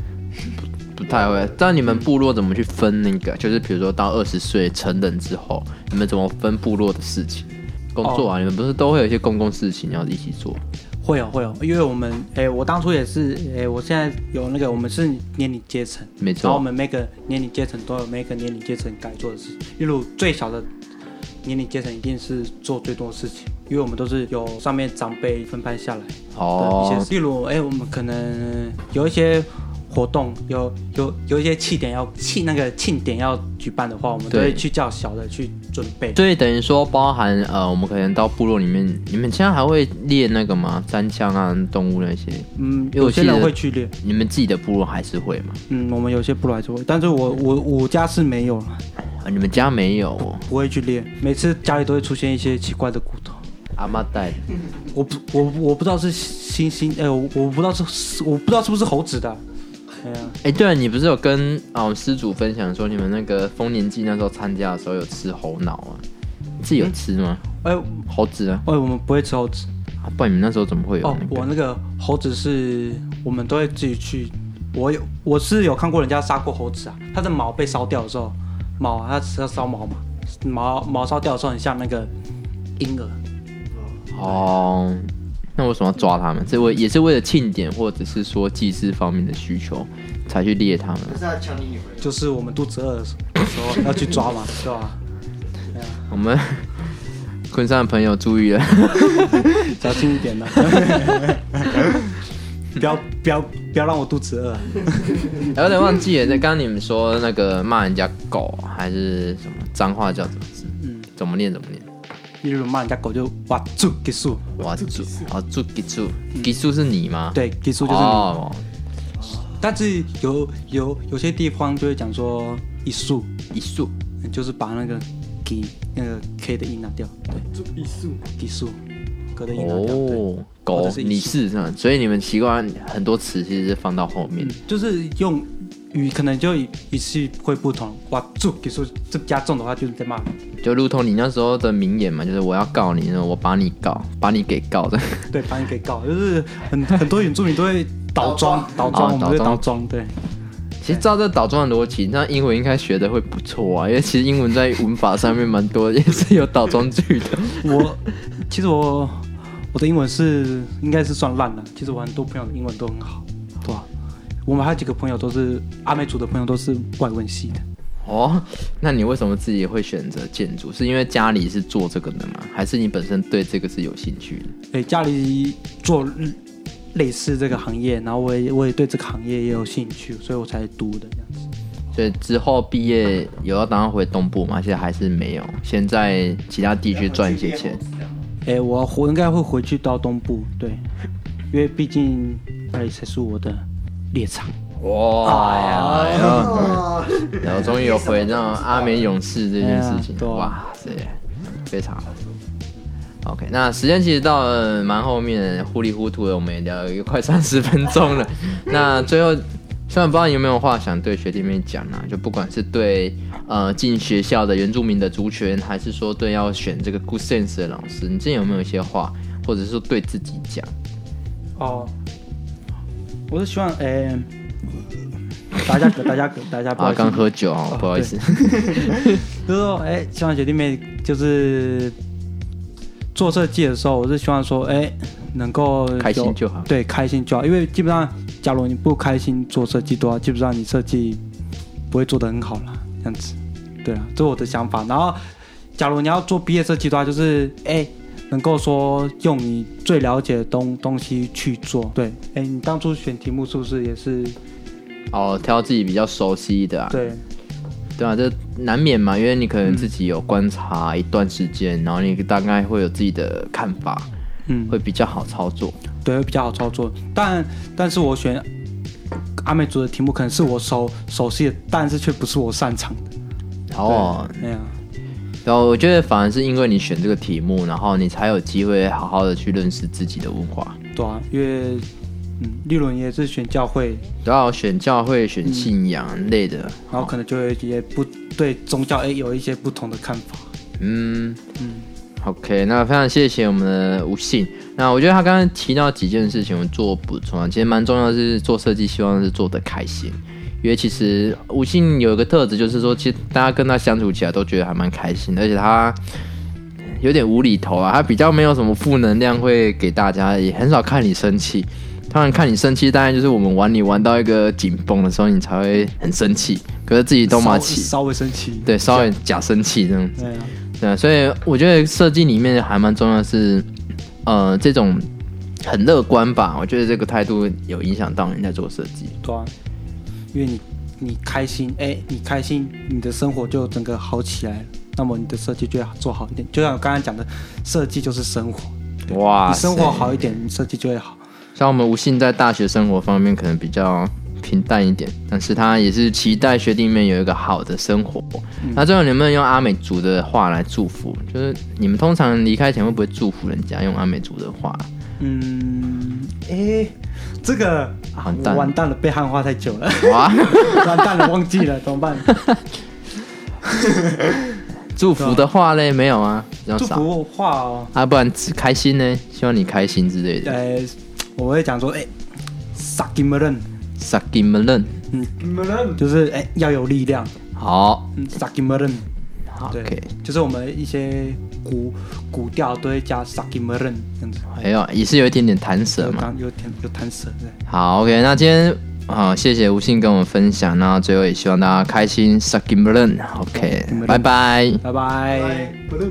Speaker 1: 不太会，但你们部落怎么去分那个？就是比如说到二十岁成人之后，你们怎么分部落的事情、工作啊？你们不是都会有一些公共事情要一起做？
Speaker 2: 会哦，会哦，因为我们，哎、我当初也是，哎、我现在有那个，我们是年龄阶层，
Speaker 1: 没错
Speaker 2: 然后我们每个年龄阶层都有每个年龄阶层该做的事情，例如最小的年龄阶层一定是做最多的事情，因为我们都是由上面长辈分派下来的一些
Speaker 1: 哦
Speaker 2: 事，，例如，哎、我们可能有一些活动，有有有一些庆典要庆那个庆典要举办的话，我们都
Speaker 1: 对
Speaker 2: 会去叫小的去准备。
Speaker 1: 所以等于说包含呃，我们可能到部落里面，你们现在还会练那个吗？单枪啊，动物那些，
Speaker 2: 嗯，
Speaker 1: 因为我
Speaker 2: 有
Speaker 1: 记
Speaker 2: 些
Speaker 1: 得
Speaker 2: 人会去练，
Speaker 1: 你们自己的部落还是会吗？
Speaker 2: 嗯，我们有些部落还是会，但是我我我家是没有了。
Speaker 1: 啊，你们家没有哦
Speaker 2: 不会去练，每次家里都会出现一些奇怪的骨头。
Speaker 1: 阿妈带的，
Speaker 2: 我不，我我不知道是猩猩，哎、我我不知道是，我不知道是不是猴子的。哎呀，
Speaker 1: 哎、对了，你不是有跟啊我们施主分享说你们那个丰年祭那时候参加的时候有吃猴脑啊？你自己有吃吗？
Speaker 2: 哎、
Speaker 1: 猴子啊？
Speaker 2: 哎，我们不会吃猴子。
Speaker 1: 啊不然你们那时候怎么会有、
Speaker 2: 哦
Speaker 1: 那，个
Speaker 2: 我那个猴子是，我们都会自己去。我有，我是有看过人家杀过猴子啊，它的毛被烧掉的时候，毛它是要烧毛嘛，毛毛烧掉的时候很像那个婴儿。
Speaker 1: 哦，那为什么要抓他们？这为也是为了庆典或者是说祭祀方面的需求才去猎他们。
Speaker 3: 就是他抢你女朋友。
Speaker 2: 就是我们肚子饿的时候要去抓嘛， 对吧、
Speaker 1: 我们昆山的朋友注 意了，
Speaker 2: 小心一 点呢，不要不要不要让我肚子饿。
Speaker 1: 哎有点忘记了。刚刚你们说那个骂人家狗还是什么脏话叫什么字？嗯，怎么念怎么念？
Speaker 2: 例如骂人家狗就哇住给树，
Speaker 1: 哇，住啊住吉住吉住是你吗？，
Speaker 2: 嗯对给树就是你。
Speaker 1: 哦，
Speaker 2: 但是有有有些地方就会讲说一树，
Speaker 1: 一束
Speaker 2: 就是把那个给那个 k 的音拿掉，
Speaker 4: 住艺术，
Speaker 2: 对，给树，格的音拿掉，对。
Speaker 1: 哦，
Speaker 2: 或
Speaker 1: 狗
Speaker 2: 者是一束
Speaker 1: 你是这样，所以你们习惯很多词其实是放到后面
Speaker 2: 嗯。，就是用语可能就语气会不同。哇住给树，这加重的话就是在骂人，
Speaker 1: 就如同你那时候的名言嘛，就是我要告你，我把你告，把你给告 的。
Speaker 2: 对，把你给告，就是很很多原住民都会 倒装，倒
Speaker 1: 哦
Speaker 2: 装，我们会
Speaker 1: 倒装
Speaker 2: 倒装，对。
Speaker 1: 其实照这倒装的逻辑，那英文应该学的会不错啊，因为其实英文在文法上面蛮多，也是有倒装句的。
Speaker 2: 我 其实我我的英文是应该是算烂了，其实我很多朋友的英文都很好，对吧、我们还有几个朋友都是阿美族的朋友，都是外文系的。
Speaker 1: 哦，那你为什么自己会选择建筑？是因为家里是做这个的吗？还是你本身对这个是有兴趣的？
Speaker 2: 诶，家里做日类似这个行业，然后我也我也对这个行业也有兴趣，所以我才读的这样子。
Speaker 1: 所以之后毕业有要打算回东部吗？现在还是没有，先在其他地区赚一些钱。
Speaker 2: 诶，我我应该会回去到东部，对，因为毕竟那里才是我的猎场。
Speaker 1: 哇、哎呀
Speaker 3: 哦，
Speaker 1: 然后终于有回到阿美勇士这件事情，
Speaker 2: 哎呀对啊
Speaker 1: 哇塞，非常好。OK，那时间其实到了蛮后面，糊里糊涂的，我们也聊了一个快三十分钟了。 那最后，虽然不知道你有没有话想对学弟妹讲啊，就不管是对呃进学校的原住民的族群，还是说对要选这个 Good Sense 的老师，你之前有没有一些话，或者是说对自己讲？
Speaker 2: 哦，我是希望诶、大家可大家可大家不
Speaker 1: 啊，
Speaker 2: 要
Speaker 1: 刚喝酒哦，
Speaker 2: 哦
Speaker 1: 不好意思。
Speaker 2: 就是说，哎、希望学弟妹就是做设计的时候，我是希望说，哎、能够有
Speaker 1: 开心就好
Speaker 2: 对，开心就好。因为基本上，假如你不开心做设计的话，基本上你设计不会做得很好啦，这样子。对啊，这是我的想法。然后，假如你要做毕业设计的话，就是哎、能够说用你最了解的东东西去做。对，哎，你当初选题目是不是也是？
Speaker 1: 哦，挑自己比较熟悉的啊。
Speaker 2: 对，
Speaker 1: 对啊，这难免嘛，因为你可
Speaker 2: 嗯
Speaker 1: 能自己有观察一段时间，然后你大概会有自己的看法，
Speaker 2: 嗯，
Speaker 1: 会比较好操作。
Speaker 2: 对，会比较好操作。但但是我选阿美族的题目可能是我熟熟悉的，但是却不是我擅长的。
Speaker 1: 哦，
Speaker 2: 对哎呀、
Speaker 1: 然后啊我觉得反而是因为你选这个题目，然后你才有机会好好的去认识自己的文化。
Speaker 2: 对啊，因为嗯，立伦也是选教会，
Speaker 1: 然后啊选教会、选信仰类的，
Speaker 2: 然后嗯可能就会也不对宗教哎有一些不同的看法。
Speaker 1: 嗯，OK，那非常谢谢我们的吴信。那我觉得他刚刚提到几件事情，我做补充啊，其实蛮重要的是做设计，希望是做的开心。因为其实吴信有一个特质，就是说，其实大家跟他相处起来都觉得还蛮开心的，而且他有点无厘头啊，他比较没有什么负能量会给大家，也很少看你生气。当然看你生气，当然就是我们玩你玩到一个紧绷的时候，你才会很生气。可是自己都
Speaker 2: 稍
Speaker 1: 马
Speaker 2: 微
Speaker 1: 起，
Speaker 2: 稍微生气。
Speaker 1: 对，稍微假生气这样子。
Speaker 2: 对啊，
Speaker 1: 对啊，所以我觉得设计里面还蛮重要的是，呃，这种很乐观吧。我觉得这个态度有影响到你在做设计。
Speaker 2: 对啊，因为你你开心哎，你开心，你的生活就整个好起来了。那么你的设计就要做好一点，就像我刚才讲的，设计就是生活。对
Speaker 1: 哇
Speaker 2: 你生活
Speaker 1: 塞
Speaker 2: 好一点，你设计就会好。
Speaker 1: 像我们吴信在大学生活方面可能比较平淡一点，但是他也是期待学弟妹有一个好的生活。
Speaker 2: 嗯
Speaker 1: 那最后能不能用阿美族的话来祝福？就是你们通常离开前会不会祝福人家用阿美族的话？
Speaker 2: 嗯，哎，这个啊
Speaker 1: 完蛋了
Speaker 2: 完蛋了，被汉化太久 了，
Speaker 1: 哇，
Speaker 2: 完蛋了，忘记了，怎么办？
Speaker 1: 祝福的话嘞没有啊，比较
Speaker 2: 祝
Speaker 1: 少。
Speaker 2: 福话哦，
Speaker 1: 啊，不然只开心呢？希望你开心之类的。
Speaker 2: 呃，我会讲说，哎，萨金门人，
Speaker 1: 萨金们认
Speaker 3: 你们人
Speaker 2: 就是哎要有力量，
Speaker 1: 好
Speaker 2: 嗯，萨金门人，对
Speaker 1: 啊，OK。，
Speaker 2: 就是我们一些古古调都会加萨金门人这样子，
Speaker 1: 哎呦，也是有一点点弹舌
Speaker 2: 有
Speaker 1: 嘛。
Speaker 2: 弹有弹有弹舌对。
Speaker 1: 好，OK，那今天啊、谢谢吴信跟我们分享，那最后也希望大家开心 s u c k i n g b l o n o k 拜拜。
Speaker 2: 拜拜。
Speaker 3: 来，不能。